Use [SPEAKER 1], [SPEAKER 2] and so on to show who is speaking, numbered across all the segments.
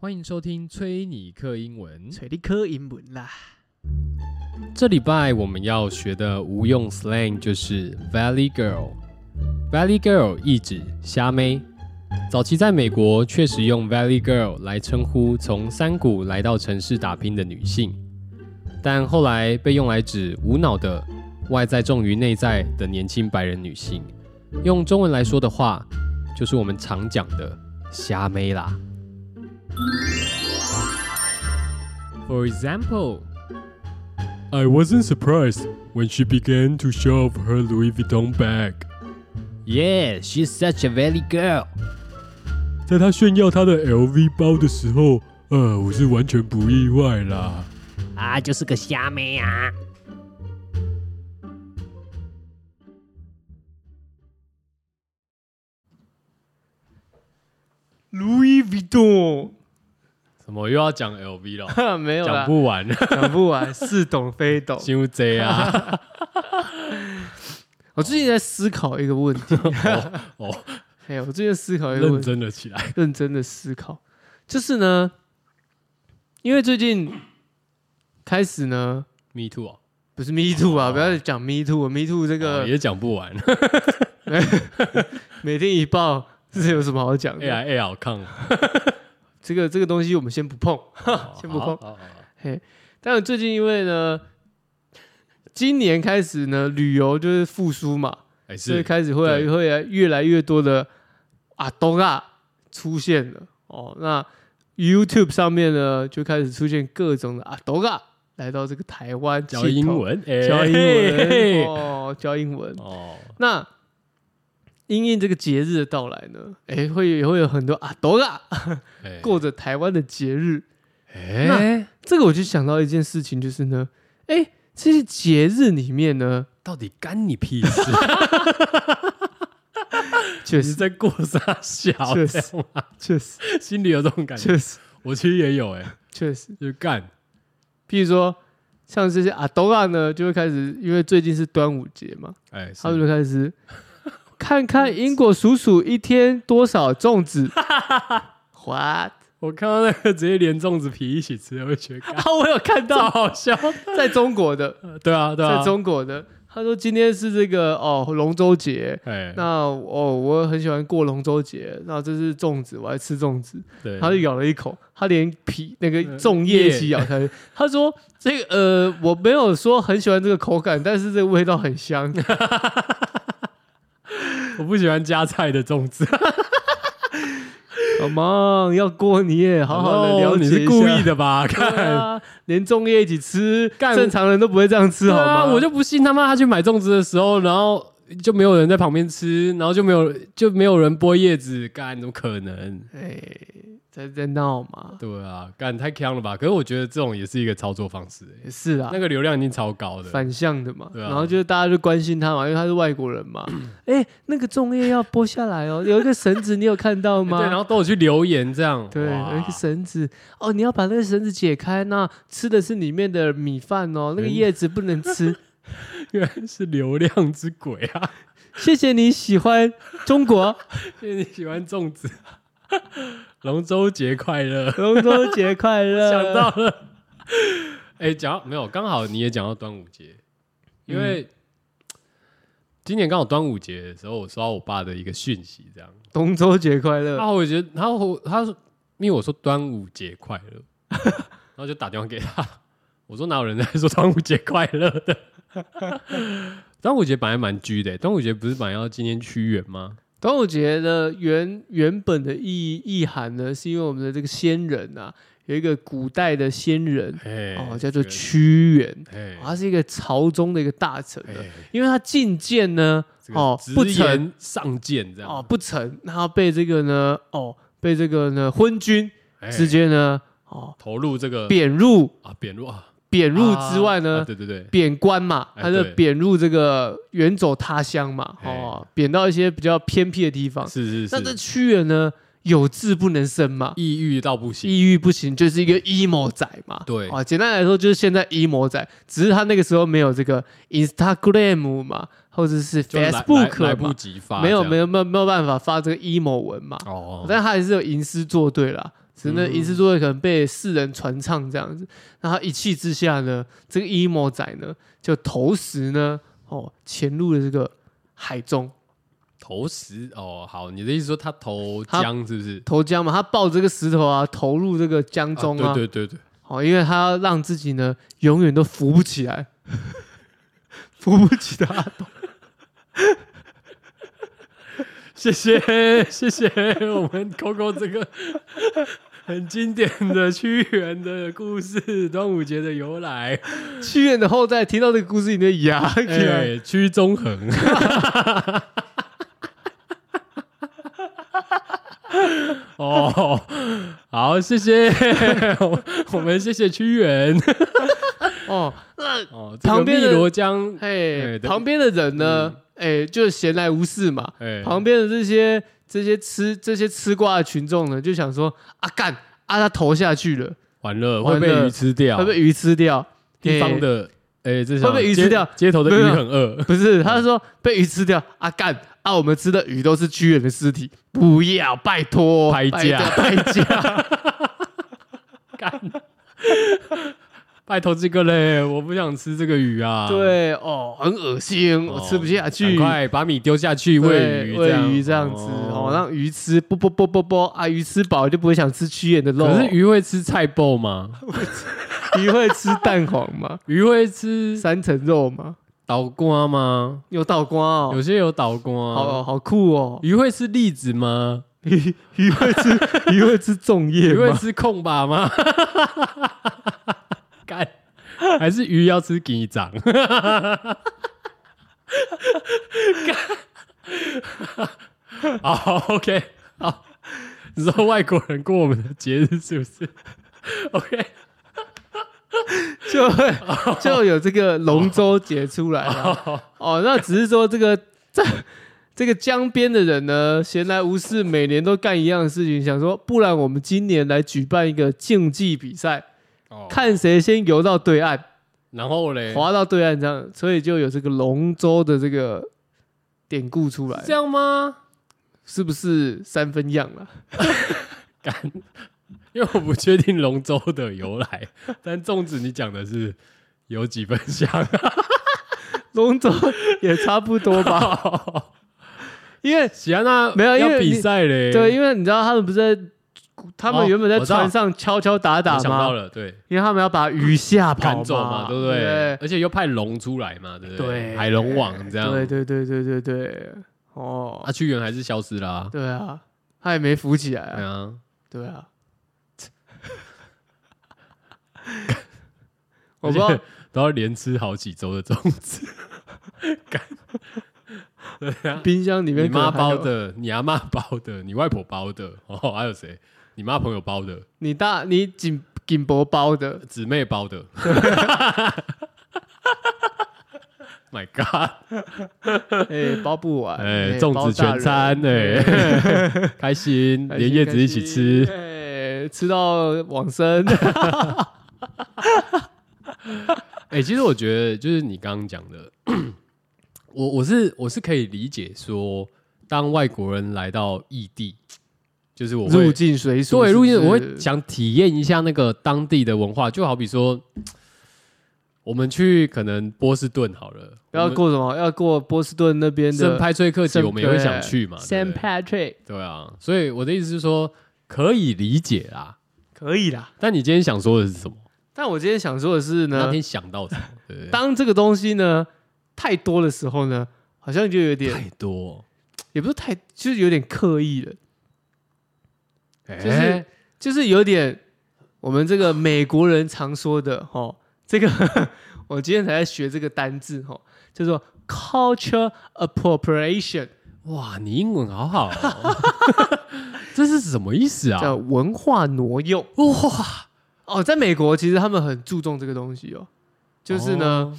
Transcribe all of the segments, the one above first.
[SPEAKER 1] 欢迎收听崔尼克英文。
[SPEAKER 2] 找你考英文啦。
[SPEAKER 1] 这礼拜我们要学的无用 slang 就是 Valley Girl。Valley Girl 意指虾妹。早期在美国确实用 Valley Girl 来称呼从山谷来到城市打拼的女性，但后来被用来指无脑的、外在重于内在的年轻白人女性。用中文来说的话，就是我们常讲的虾妹啦。For example,
[SPEAKER 3] I wasn't surprised when she began to show off her Louis Vuitton bag，
[SPEAKER 1] Yeah, she's such a valley girl。
[SPEAKER 3] 在她炫耀她的 LV 包的时候，呃，我是完全不意外啦。
[SPEAKER 4] 啊，就是个虾妹啊！
[SPEAKER 2] Louis Vuitton，
[SPEAKER 1] 怎么又要讲 LV 了？
[SPEAKER 2] 没有
[SPEAKER 1] 讲
[SPEAKER 2] 啦，
[SPEAKER 1] 不 完，
[SPEAKER 2] 讲不完，似懂非 懂。
[SPEAKER 1] 心 Z 啊！
[SPEAKER 2] 我最近在思考一个问 题，
[SPEAKER 1] 哦，
[SPEAKER 2] 哎呀，我最近在思考一个问
[SPEAKER 3] 认
[SPEAKER 2] 题，
[SPEAKER 3] 真了起来，
[SPEAKER 2] 认真的思考，就是呢，因为最近开始呢，
[SPEAKER 1] ，Me too 哦
[SPEAKER 2] 不是 Me Too 啊，不要讲 Me Too，Me Too 这
[SPEAKER 1] 哦，
[SPEAKER 2] 个
[SPEAKER 1] 也讲不 完。
[SPEAKER 2] 每天一报，这有什么好讲
[SPEAKER 1] A
[SPEAKER 2] 的？
[SPEAKER 1] I A 好看，
[SPEAKER 2] 这个这个东西我们先不碰。 先不碰
[SPEAKER 1] 好。哦好好好
[SPEAKER 2] 嘿，但我最近因为呢，今年开始呢，旅游就是复苏嘛，
[SPEAKER 1] 哎
[SPEAKER 2] 所以
[SPEAKER 1] 是，
[SPEAKER 2] 开始会来
[SPEAKER 1] 对
[SPEAKER 2] 会来越来越多的啊东啊出现了哦。那 YouTube 上面呢，就开始出现各种的啊东啊来到这个台湾
[SPEAKER 1] 教英，文，哎
[SPEAKER 2] 系统教英
[SPEAKER 1] 嘿嘿
[SPEAKER 2] 文
[SPEAKER 1] 嘿
[SPEAKER 2] 哦，教英文。
[SPEAKER 1] 哦，
[SPEAKER 2] 那因应这个节日的到来呢，哎，会也会有很多啊东啊
[SPEAKER 1] 哎
[SPEAKER 2] 过着台湾的节日。
[SPEAKER 1] 哎，
[SPEAKER 2] 这个我就想到一件事情，就是呢，哎，这些节日里面呢，
[SPEAKER 1] 到底干你屁事？
[SPEAKER 2] 确
[SPEAKER 1] 你
[SPEAKER 2] 实
[SPEAKER 1] 在过啥小？这
[SPEAKER 2] 确实
[SPEAKER 1] 样吗？
[SPEAKER 2] 确实
[SPEAKER 1] 心里有这种感觉
[SPEAKER 2] 确，实
[SPEAKER 1] 我其实也有哎，
[SPEAKER 2] 确实，
[SPEAKER 1] 就是干，
[SPEAKER 2] 譬如说像这些阿斗啊呢，就会开始，因为最近是端午节嘛，
[SPEAKER 1] 哎，是
[SPEAKER 2] 他们就开始看看英国数数一天多少粽 子。What？
[SPEAKER 1] 我看到那个直接连粽子皮一起吃，我就觉得干
[SPEAKER 2] 啊，我有看
[SPEAKER 1] 超
[SPEAKER 2] 到，
[SPEAKER 1] 好笑。
[SPEAKER 2] 在中国 的，
[SPEAKER 1] 对啊，对啊
[SPEAKER 2] 在，中国的，他说今天是这个哦龙舟节。
[SPEAKER 1] 哎，
[SPEAKER 2] 那哦，我很喜欢过龙舟节，那这是粽子，我还吃粽子。
[SPEAKER 1] 对，
[SPEAKER 2] 他就咬了一口，他连皮那个粽叶一起咬下去。他说：“这个呃，我没有说很喜欢这个口感，但是这个味道很香。
[SPEAKER 1] 我不喜欢加菜的粽 子，
[SPEAKER 2] Come on，要过你也好 好的
[SPEAKER 1] Hello，
[SPEAKER 2] 了解
[SPEAKER 1] 你
[SPEAKER 2] 一下
[SPEAKER 1] 是故意的吧？
[SPEAKER 2] 对
[SPEAKER 1] 看，
[SPEAKER 2] 啊， 连粽叶一起吃，
[SPEAKER 1] 干
[SPEAKER 2] 正常人都不会这样吃
[SPEAKER 1] 对
[SPEAKER 2] 好吗？
[SPEAKER 1] 啊，我就不信他妈他去买粽子的时候，然后就没有人在旁边吃，然后就没有就没有人剥叶子，干怎么可能？
[SPEAKER 2] 哎，在在闹嘛，
[SPEAKER 1] 对啊，干太强了吧？可是我觉得这种也是一个操作方式、欸
[SPEAKER 2] 也是啊
[SPEAKER 1] 那，个流量已经超高的。
[SPEAKER 2] 反向的嘛。
[SPEAKER 1] 对啊
[SPEAKER 2] 然后就是大家就关心他嘛，因为他是外国人 嘛。哎，那个粽叶要剥下 来哦，有一个绳子，你有看到
[SPEAKER 1] 欸
[SPEAKER 2] 吗？
[SPEAKER 1] 对，然后都有去留言这样，
[SPEAKER 2] 对，
[SPEAKER 1] 哇
[SPEAKER 2] 有一个绳子哦，你要把那个绳子解开，那吃的是里面的米饭哦，那个
[SPEAKER 1] 嗯
[SPEAKER 2] 叶子不能吃。
[SPEAKER 1] 原来是流量之鬼啊！
[SPEAKER 2] 谢谢你喜欢中国
[SPEAKER 1] 谢谢你喜欢粽子， 龙舟节快乐！
[SPEAKER 2] 龙舟节快乐。
[SPEAKER 1] 想到了。 哎、讲到没有？刚好你也讲到端午节，因为
[SPEAKER 2] 嗯
[SPEAKER 1] 今年刚好端午节的时候，我收到我爸的一个讯息，这样，
[SPEAKER 2] 龙舟节快乐，
[SPEAKER 1] 然后我觉得，然后我他说，因为我说端午节快 乐，然后就打电话给他，我说哪有人在说端午节快乐的？ 端午节本来蛮拘的、端午节不是本来要今天屈原吗？
[SPEAKER 2] 端午节的原原本的意义意涵呢，是因为我们的这个先人啊，有一个古代的先人
[SPEAKER 1] 哎、
[SPEAKER 2] 哦，叫做屈原，
[SPEAKER 1] 哎
[SPEAKER 2] 哦他是一个朝中的一个大臣
[SPEAKER 1] 哎
[SPEAKER 2] 的，因为他进谏呢，哦不
[SPEAKER 1] 直
[SPEAKER 2] 成
[SPEAKER 1] 言上谏这样
[SPEAKER 2] 哦，不成，然后被这个呢，哦，被这个呢昏君
[SPEAKER 1] 哎
[SPEAKER 2] 直接呢，哦，
[SPEAKER 1] 投入这个
[SPEAKER 2] 贬入
[SPEAKER 1] 啊贬入啊
[SPEAKER 2] 贬入之外
[SPEAKER 1] 啊
[SPEAKER 2] 呢，
[SPEAKER 1] 对对对，
[SPEAKER 2] 贬官嘛，
[SPEAKER 1] 哎
[SPEAKER 2] 他就
[SPEAKER 1] 对
[SPEAKER 2] 贬入这个远走他乡嘛，
[SPEAKER 1] 哎
[SPEAKER 2] 哦，贬到一些比较偏僻的地方。
[SPEAKER 1] 是是是，
[SPEAKER 2] 那这屈原呢，有志不能伸嘛，
[SPEAKER 1] 抑郁到不行，
[SPEAKER 2] 抑郁不行，就是一个 emo 仔嘛。
[SPEAKER 1] 对
[SPEAKER 2] 啊，简单来说就是现在 emo 仔，只是他那个时候没有这个 Instagram 嘛，或者是
[SPEAKER 1] 就来来来
[SPEAKER 2] Facebook
[SPEAKER 1] 不
[SPEAKER 2] 嘛，
[SPEAKER 1] 及发，
[SPEAKER 2] 没有没
[SPEAKER 1] 有
[SPEAKER 2] 有没有没有办法发这个 emo 文嘛。
[SPEAKER 1] 哦，嗯
[SPEAKER 2] 但他还是有吟诗作对啦，只是那一次座位可能被世人传唱这样子。那他一气之下呢，这个 emo 仔呢就投石呢，哦，潜入了这个海中。
[SPEAKER 1] 投石哦，好，你的意思说他投江是不是？
[SPEAKER 2] 投江嘛，他抱着这个石头啊，投入这个江中啊，
[SPEAKER 1] 啊对对对对，
[SPEAKER 2] 哦，因为他要让自己呢永远都扶不起来， 扶不起的阿斗。
[SPEAKER 1] 谢谢谢谢我们 Coco 这个很经典的屈原的故事，端午节的由来，
[SPEAKER 2] 屈原的后代听到这个故事，你的牙起来。
[SPEAKER 1] 哎，屈中恒， 哦，好，谢谢， 我我们谢谢屈原。
[SPEAKER 2] 哦，
[SPEAKER 1] 哦，这个
[SPEAKER 2] 旁边
[SPEAKER 1] 汨
[SPEAKER 2] 的
[SPEAKER 1] 罗江，
[SPEAKER 2] 嘿，
[SPEAKER 1] 哎对嗯
[SPEAKER 2] 旁边的人呢，哎，就闲来无事嘛。
[SPEAKER 1] 哎
[SPEAKER 2] 旁边的这些这些吃这些吃瓜的群众呢，就想说啊干啊，他投下去了，
[SPEAKER 1] 完了
[SPEAKER 2] 完
[SPEAKER 1] 会
[SPEAKER 2] 了
[SPEAKER 1] 被鱼吃掉，
[SPEAKER 2] 会被鱼吃掉。
[SPEAKER 1] 地方
[SPEAKER 2] 哎
[SPEAKER 1] 的，哎，这
[SPEAKER 2] 会被鱼吃
[SPEAKER 1] 街
[SPEAKER 2] 掉
[SPEAKER 1] 街头的
[SPEAKER 2] 没
[SPEAKER 1] 鱼
[SPEAKER 2] 有
[SPEAKER 1] 很饿，
[SPEAKER 2] 不是，他说被鱼吃掉啊干啊，我们吃的鱼都是屈原的尸体，不要拜托，
[SPEAKER 1] 拍价
[SPEAKER 2] 拜托 拍价。
[SPEAKER 1] 拜托这个嘞，我不想吃这个鱼啊，，
[SPEAKER 2] 对哦，很恶心，我
[SPEAKER 1] 哦
[SPEAKER 2] 吃不下
[SPEAKER 1] 赶
[SPEAKER 2] 去。
[SPEAKER 1] 快把米丢下去喂
[SPEAKER 2] 对
[SPEAKER 1] 鱼，
[SPEAKER 2] 喂鱼这样子哦，让鱼吃，啵啵啵啵啵啊，鱼吃饱就不会想吃屈原的肉。
[SPEAKER 1] 可是鱼会吃菜脯吗？
[SPEAKER 2] 鱼会吃蛋黄吗？
[SPEAKER 1] 鱼会吃
[SPEAKER 2] 三层肉吗？
[SPEAKER 1] 倒瓜吗？
[SPEAKER 2] 有倒瓜哦
[SPEAKER 1] 有，些有倒
[SPEAKER 2] 好
[SPEAKER 1] 瓜，
[SPEAKER 2] 好酷哦。
[SPEAKER 1] 鱼会吃栗子吗？
[SPEAKER 2] 鱼鱼会吃鱼会吃粽叶
[SPEAKER 1] 鱼会
[SPEAKER 2] 吗？
[SPEAKER 1] 吃空吧吗？ 干，还是鱼要吃鸡掌？干，好，OK，好，你说外国人过我们的节日是不是？OK，
[SPEAKER 2] 就会就有这个龙舟节出来了。哦，那只是说这个 在这个江边的人呢，闲来无事，每年都干一样的事情，想说不然我们今年来举办一个竞技比赛，看谁先游到对岸。
[SPEAKER 1] 然后嘞，
[SPEAKER 2] 滑到哦对岸这样，所以就有这个龙舟的这个典故出来
[SPEAKER 1] 是这，样吗？
[SPEAKER 2] 是不是三分样啊了？
[SPEAKER 1] 干，因为我不确定龙舟的由来，但粽子你讲的是有几分像？
[SPEAKER 2] 龙舟也差不多吧， 因为
[SPEAKER 1] 喜安娜
[SPEAKER 2] 没有因为
[SPEAKER 1] 要比
[SPEAKER 2] 你
[SPEAKER 1] 赛嘞，
[SPEAKER 2] 对，因为你知道他们不是在，他们
[SPEAKER 1] 哦
[SPEAKER 2] 原本在
[SPEAKER 1] 我知道
[SPEAKER 2] 船上敲敲打打
[SPEAKER 1] 我想到
[SPEAKER 2] 吗？
[SPEAKER 1] 了，对，
[SPEAKER 2] 因为他们要把鱼吓跑
[SPEAKER 1] 赶走嘛，对不对？
[SPEAKER 2] 对？
[SPEAKER 1] 而且又派龙出来嘛，对不
[SPEAKER 2] 对
[SPEAKER 1] 海龙王这样，
[SPEAKER 2] 对对对对对对，哦
[SPEAKER 1] 啊，，屈原还是消失啦、
[SPEAKER 2] 对啊，他也没扶起来
[SPEAKER 1] 对
[SPEAKER 2] 啊，
[SPEAKER 1] 啊，
[SPEAKER 2] 对啊。我不知道
[SPEAKER 1] 而且都要连吃好几周的粽子，干，对啊，
[SPEAKER 2] 冰箱里面
[SPEAKER 1] 你妈
[SPEAKER 2] 可能还
[SPEAKER 1] 包
[SPEAKER 2] 有
[SPEAKER 1] 的，你阿妈包的，你外婆包的，哦，还有谁？你妈朋友包的，
[SPEAKER 2] 你大你紧紧脖包的，
[SPEAKER 1] 姊妹包的。My God！
[SPEAKER 2] 哎、包不完，
[SPEAKER 1] 哎、
[SPEAKER 2] 哎
[SPEAKER 1] 粽子全餐，哎、， 开心，
[SPEAKER 2] 包大人
[SPEAKER 1] 连叶子一起吃，
[SPEAKER 2] 开心哎、吃到 往生，
[SPEAKER 1] 哎、其实我觉得就是你刚刚讲的，我我是我是可以理解说，当外国人来到异地，就是我会
[SPEAKER 2] 入境随俗，
[SPEAKER 1] 对入境，
[SPEAKER 2] 是不是
[SPEAKER 1] 我会想体验一下那个当地的文化，就好比说，我们去可能波士顿好了，
[SPEAKER 2] 要过什么？要过波士顿那边
[SPEAKER 1] 圣
[SPEAKER 2] 的
[SPEAKER 1] 派崔克节，
[SPEAKER 2] 圣
[SPEAKER 1] 我们也会想去嘛，对不
[SPEAKER 2] Saint
[SPEAKER 1] 对
[SPEAKER 2] Patrick，
[SPEAKER 1] 对啊，所以我的意思是说，可以理解啦。
[SPEAKER 2] 可以啦。
[SPEAKER 1] 但你今天想说的是什么？
[SPEAKER 2] 但我今天想说的是
[SPEAKER 1] 那
[SPEAKER 2] 呢，
[SPEAKER 1] 天想到什么？对不对
[SPEAKER 2] 当这个东西呢太多的时候呢，好像就有点，
[SPEAKER 1] 太多，
[SPEAKER 2] 也不是太，就是有点刻意了，
[SPEAKER 1] 就哎
[SPEAKER 2] 就是、就是有点我们这个美国人常说的哦，这个 我今天才在学这个单字哦，叫做 culture appropriation，
[SPEAKER 1] 哇，你英文好好、哦， 这是什么意思
[SPEAKER 2] 叫
[SPEAKER 1] 啊？
[SPEAKER 2] 文化挪用
[SPEAKER 1] 哇，
[SPEAKER 2] 哦。在美国，其实他们很注重这个东西哦，就是
[SPEAKER 1] 哦
[SPEAKER 2] 呢，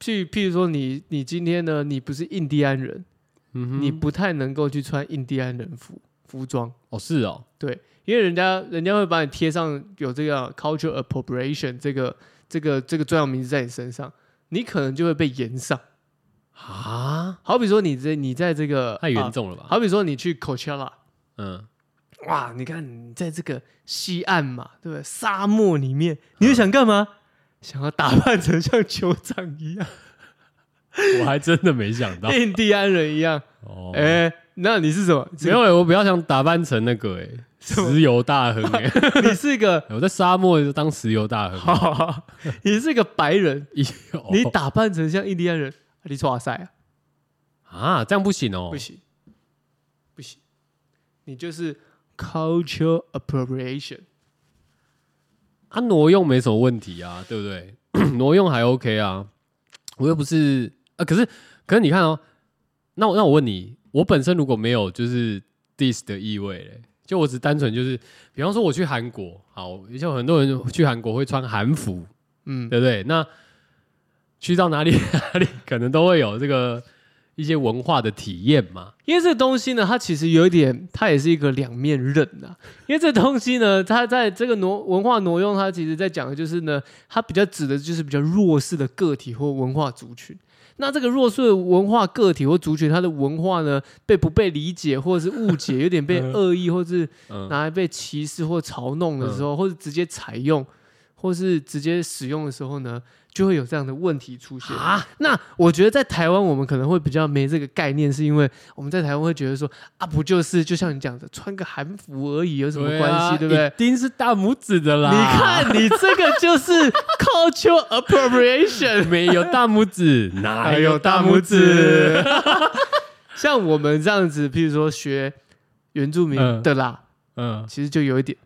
[SPEAKER 2] 譬譬如说你你今天呢，你不是印第安人，
[SPEAKER 1] 嗯哼，
[SPEAKER 2] 你不太能够去穿印第安人服服装，
[SPEAKER 1] 哦是哦，
[SPEAKER 2] 对，因为人家人家会把你贴上有这个 culture appropriation 这个这个这个专有名词在你身上，你可能就会被延上。
[SPEAKER 1] 啊，
[SPEAKER 2] 好比说你在你在这个
[SPEAKER 1] 太严
[SPEAKER 2] 啊
[SPEAKER 1] 重了吧？
[SPEAKER 2] 好比说你去 Coachella，
[SPEAKER 1] 嗯，
[SPEAKER 2] 哇，你看你在这个西岸嘛，对不对？沙漠里面，你又想干嘛？
[SPEAKER 1] 嗯
[SPEAKER 2] 想要打扮成像酋长 一样，
[SPEAKER 1] 我还真的没 想到
[SPEAKER 2] 印第安人一样。
[SPEAKER 1] 哦。
[SPEAKER 2] 哎、那你是什么？
[SPEAKER 1] 没有、欸，我比较想打扮成那个哎、石油大亨哎、 欸
[SPEAKER 2] 你是一个，
[SPEAKER 1] 我在沙漠就当石油 大亨。哦
[SPEAKER 2] 你是一个白人，
[SPEAKER 1] 有
[SPEAKER 2] 你打扮成像印第安人，你错赛啊！
[SPEAKER 1] 啊，这样不行哦、
[SPEAKER 2] 不行，不行，你就是 cultural appropriation。
[SPEAKER 1] 啊，挪用没什么问题啊，对不 对？挪用还 OK 啊，我又不是啊，可是可是你看哦，那我那我问你，我本身如果没有就是 diss 的意味嘞，就我只单纯就是，比方说我去韩国，好，就很多人去韩国会穿韩服，
[SPEAKER 2] 嗯，
[SPEAKER 1] 对不对？那去到哪里 哪里，可能都会有这个一些文化的体验嘛。
[SPEAKER 2] 因为这东西呢，它其实有一点，它也是一个两面刃呐、因为这东西呢，它在这个挪文化挪用，它其实在讲的就是呢，它比较指的就是比较弱势的个体或文化族群。那这个弱势的文化个体或族群，它的文化呢，被不被理解或者是误解，有点被恶意或是
[SPEAKER 1] 嗯，
[SPEAKER 2] 拿来被歧视或嘲弄的时候，或者直接采用，或是直接使用的时候呢，就会有这样的问题出现
[SPEAKER 1] 啊。
[SPEAKER 2] 那我觉得在台湾，我们可能会比较没这个概念，是因为我们在台湾会觉得说啊，不就是就像你讲的，穿个韩服而已，有什么关系，对,、
[SPEAKER 1] 啊
[SPEAKER 2] 不对
[SPEAKER 1] 一？定是大拇指的啦。
[SPEAKER 2] 你看，你这个就是 cultural appropriation，
[SPEAKER 1] 没有大拇 指，哪有哎大拇指？。
[SPEAKER 2] 像我们这样子，譬如说学原住民
[SPEAKER 1] 嗯
[SPEAKER 2] 的啦，
[SPEAKER 1] 嗯，
[SPEAKER 2] 其实就有一点。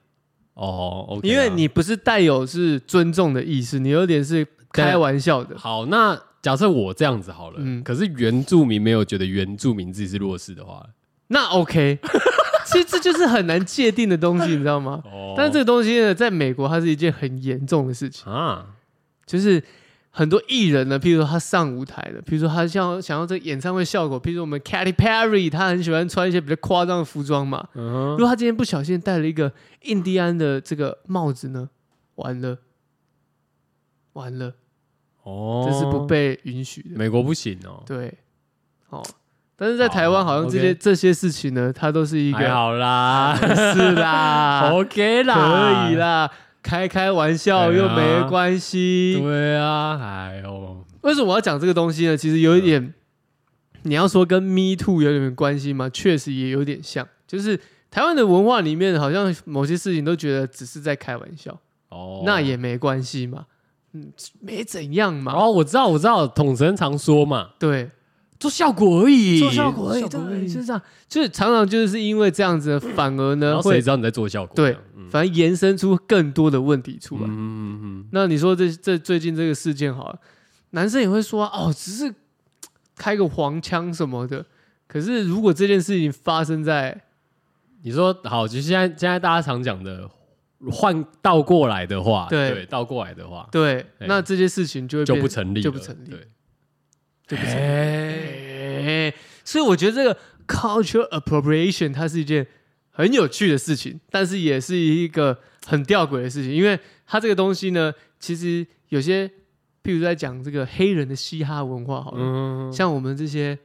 [SPEAKER 1] 哦，OK 啊
[SPEAKER 2] 因为你不是带有是尊重的意思，你有点是开玩笑的。
[SPEAKER 1] 好，那假设我这样子好了，
[SPEAKER 2] 嗯
[SPEAKER 1] 可是原住民没有觉得原住民自己是弱势的话，
[SPEAKER 2] 那 OK，其实 这就是很难界定的东西，你知道吗？
[SPEAKER 1] 哦
[SPEAKER 2] 但是这个东西呢，在美国它是一件很严重的事情，
[SPEAKER 1] 啊，
[SPEAKER 2] 就是很多艺人呢，譬如说他上舞台的，譬如说他像想要这个演唱会效果，譬如说我们 Katy Perry，他很喜欢穿一些比较夸张的服装嘛。如
[SPEAKER 1] 嗯哼，
[SPEAKER 2] 果他今天不小心戴了一个印第安的这个帽子呢，完了，完了，
[SPEAKER 1] 哦
[SPEAKER 2] 这是不被允许的。
[SPEAKER 1] 美国不行哦，
[SPEAKER 2] 对，哦，但是在台湾
[SPEAKER 1] 好
[SPEAKER 2] 好像这些
[SPEAKER 1] 哦 OK
[SPEAKER 2] 这些事情呢，它都是一
[SPEAKER 1] 还
[SPEAKER 2] 个
[SPEAKER 1] 好 啦
[SPEAKER 2] 是 啦，
[SPEAKER 1] ，OK 啦，
[SPEAKER 2] 可以，啦，开开玩笑
[SPEAKER 1] 对啊
[SPEAKER 2] 又没关系。
[SPEAKER 1] 对啊，哎呦，
[SPEAKER 2] 为什么我要讲这个东西呢？其实有一
[SPEAKER 1] 嗯
[SPEAKER 2] 点，你要说跟 Me Too 有点关系吗？确实也有点像，就是台湾的文化里面，好像某些事情都觉得只是在开玩笑，
[SPEAKER 1] 哦，
[SPEAKER 2] 那也没关系嘛，嗯，没怎样嘛，
[SPEAKER 1] 哦，我知道，我知道，统神常说嘛，
[SPEAKER 2] 对。
[SPEAKER 1] 做效果而已，
[SPEAKER 2] 做效果而已，
[SPEAKER 1] 做效果而
[SPEAKER 2] 对，
[SPEAKER 1] 已
[SPEAKER 2] 就是这样，就是常常就是因为这样子，反而
[SPEAKER 1] 然
[SPEAKER 2] 呢
[SPEAKER 1] 后谁
[SPEAKER 2] 会
[SPEAKER 1] 知道你在做效果？
[SPEAKER 2] 对
[SPEAKER 1] 这样，嗯
[SPEAKER 2] 反而延伸出更多的问题出来。
[SPEAKER 1] 嗯嗯
[SPEAKER 2] 那你说这这最近这个事件好了，男生也会说哦，只是嘖开个黄腔什么的。可是如果这件事情发生在
[SPEAKER 1] 嗯，你说好，就是现在现在大家常讲的，换倒过来的话，
[SPEAKER 2] 对
[SPEAKER 1] 倒过来的话
[SPEAKER 2] 对，
[SPEAKER 1] 哎
[SPEAKER 2] 那这些事情就会
[SPEAKER 1] 就
[SPEAKER 2] 变
[SPEAKER 1] 不成立了，
[SPEAKER 2] 就不成立，
[SPEAKER 1] 对，
[SPEAKER 2] 就不成立。哎所以我觉得这个 cultural appropriation 它是一件很有趣的事情，但是也是一个很吊诡的事情，因为它这个东西呢，其实有些，譬如在讲这个黑人的嘻哈文化好了，
[SPEAKER 1] 嗯，
[SPEAKER 2] 像我们这些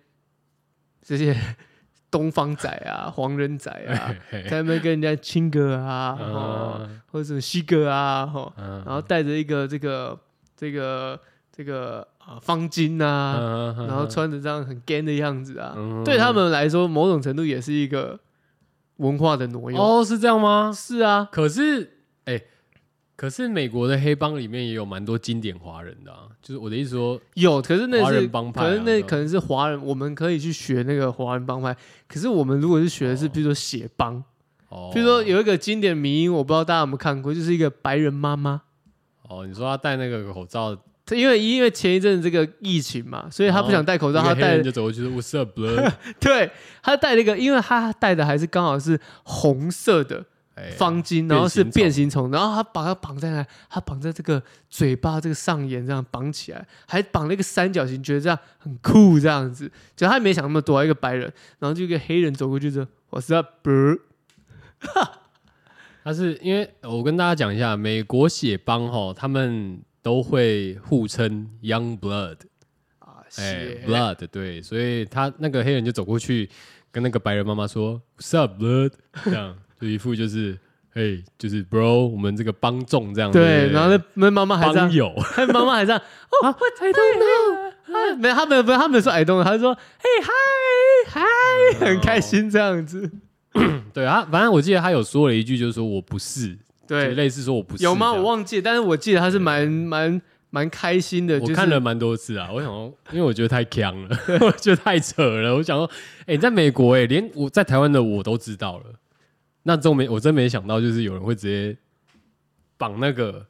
[SPEAKER 2] 这些 东方仔啊、黄人仔啊，
[SPEAKER 1] 嘿嘿
[SPEAKER 2] 在那边跟人家亲哥啊，哦、
[SPEAKER 1] 啊
[SPEAKER 2] 或者什么西哥啊，吼，
[SPEAKER 1] 嗯
[SPEAKER 2] 然后带着一个这个这个这个啊方巾啊。
[SPEAKER 1] 嗯
[SPEAKER 2] 然后穿着这样很 gay 的样子啊，
[SPEAKER 1] 嗯
[SPEAKER 2] 对他们来说，某种程度也是一个文化的挪用。
[SPEAKER 1] 哦，是这样吗？
[SPEAKER 2] 是啊，
[SPEAKER 1] 可是，哎，可是美国的黑帮里面也有蛮多经典华人的，啊，就是我的意思说，
[SPEAKER 2] 有，可是那
[SPEAKER 1] 华
[SPEAKER 2] 是
[SPEAKER 1] 人帮派啊
[SPEAKER 2] 可能那
[SPEAKER 1] 对吧
[SPEAKER 2] 可能是华人，我们可以去学那个华人帮派。可是我们如果是学的是，
[SPEAKER 1] 哦
[SPEAKER 2] 比如说血帮，
[SPEAKER 1] 哦，
[SPEAKER 2] 比如说有一个经典迷音，我不知道大家有没有看过，就是一个白人妈妈。
[SPEAKER 1] 哦，你说他戴那个口罩，
[SPEAKER 2] 她因为因为前一阵这个疫情嘛，所以她不想戴口罩，
[SPEAKER 1] 哦一
[SPEAKER 2] 她
[SPEAKER 1] 个黑
[SPEAKER 2] 戴
[SPEAKER 1] 人就走过去说 What's up, blood？
[SPEAKER 2] 对，她戴了一个，因为她戴的还是刚好是红色的，
[SPEAKER 1] 哎
[SPEAKER 2] 方巾，然后是
[SPEAKER 1] 变
[SPEAKER 2] 变形虫，然后他把它绑在那，他绑在这个嘴巴这个上沿这样绑起来，还绑了一个三角形，觉得这样很酷这样子。就他也没想那么多，一个白人，然后就一个黑人走过去说：“我是要不
[SPEAKER 1] 他是因为我跟大家讲一下，美国血帮哈，他们都会互称 Young Blood，
[SPEAKER 2] 啊
[SPEAKER 1] 哎
[SPEAKER 2] 血、
[SPEAKER 1] ，Blood，对，所以他那个黑人就走过去跟那个白人妈妈说 What's up, Blood？这样就一副就是， 嘿，就是 bro，我们这个帮众这样子。
[SPEAKER 2] 对，然后那那妈妈还这
[SPEAKER 1] 帮
[SPEAKER 2] 样，
[SPEAKER 1] 友，
[SPEAKER 2] 他妈妈还这样，哦，我 I don't know，啊没有，他们不是他们说 I don't know，他说哎嘿嗨嗨，很开心这样子，
[SPEAKER 1] 对啊，反正我记得他有说了一句，就是说我不是，就
[SPEAKER 2] 对，
[SPEAKER 1] 类似说我不是
[SPEAKER 2] 有吗？
[SPEAKER 1] 这
[SPEAKER 2] 我
[SPEAKER 1] 样。
[SPEAKER 2] 忘记了，但是我记得他是蛮蛮蛮开心的，就是
[SPEAKER 1] 我看了蛮多次啊，我想说，因为我觉得太强了， 我觉得太扯了。我想说，哎、你在美国、哎，连我在台湾的我都知道了，那真没，我真没想到，就是有人会直接绑那个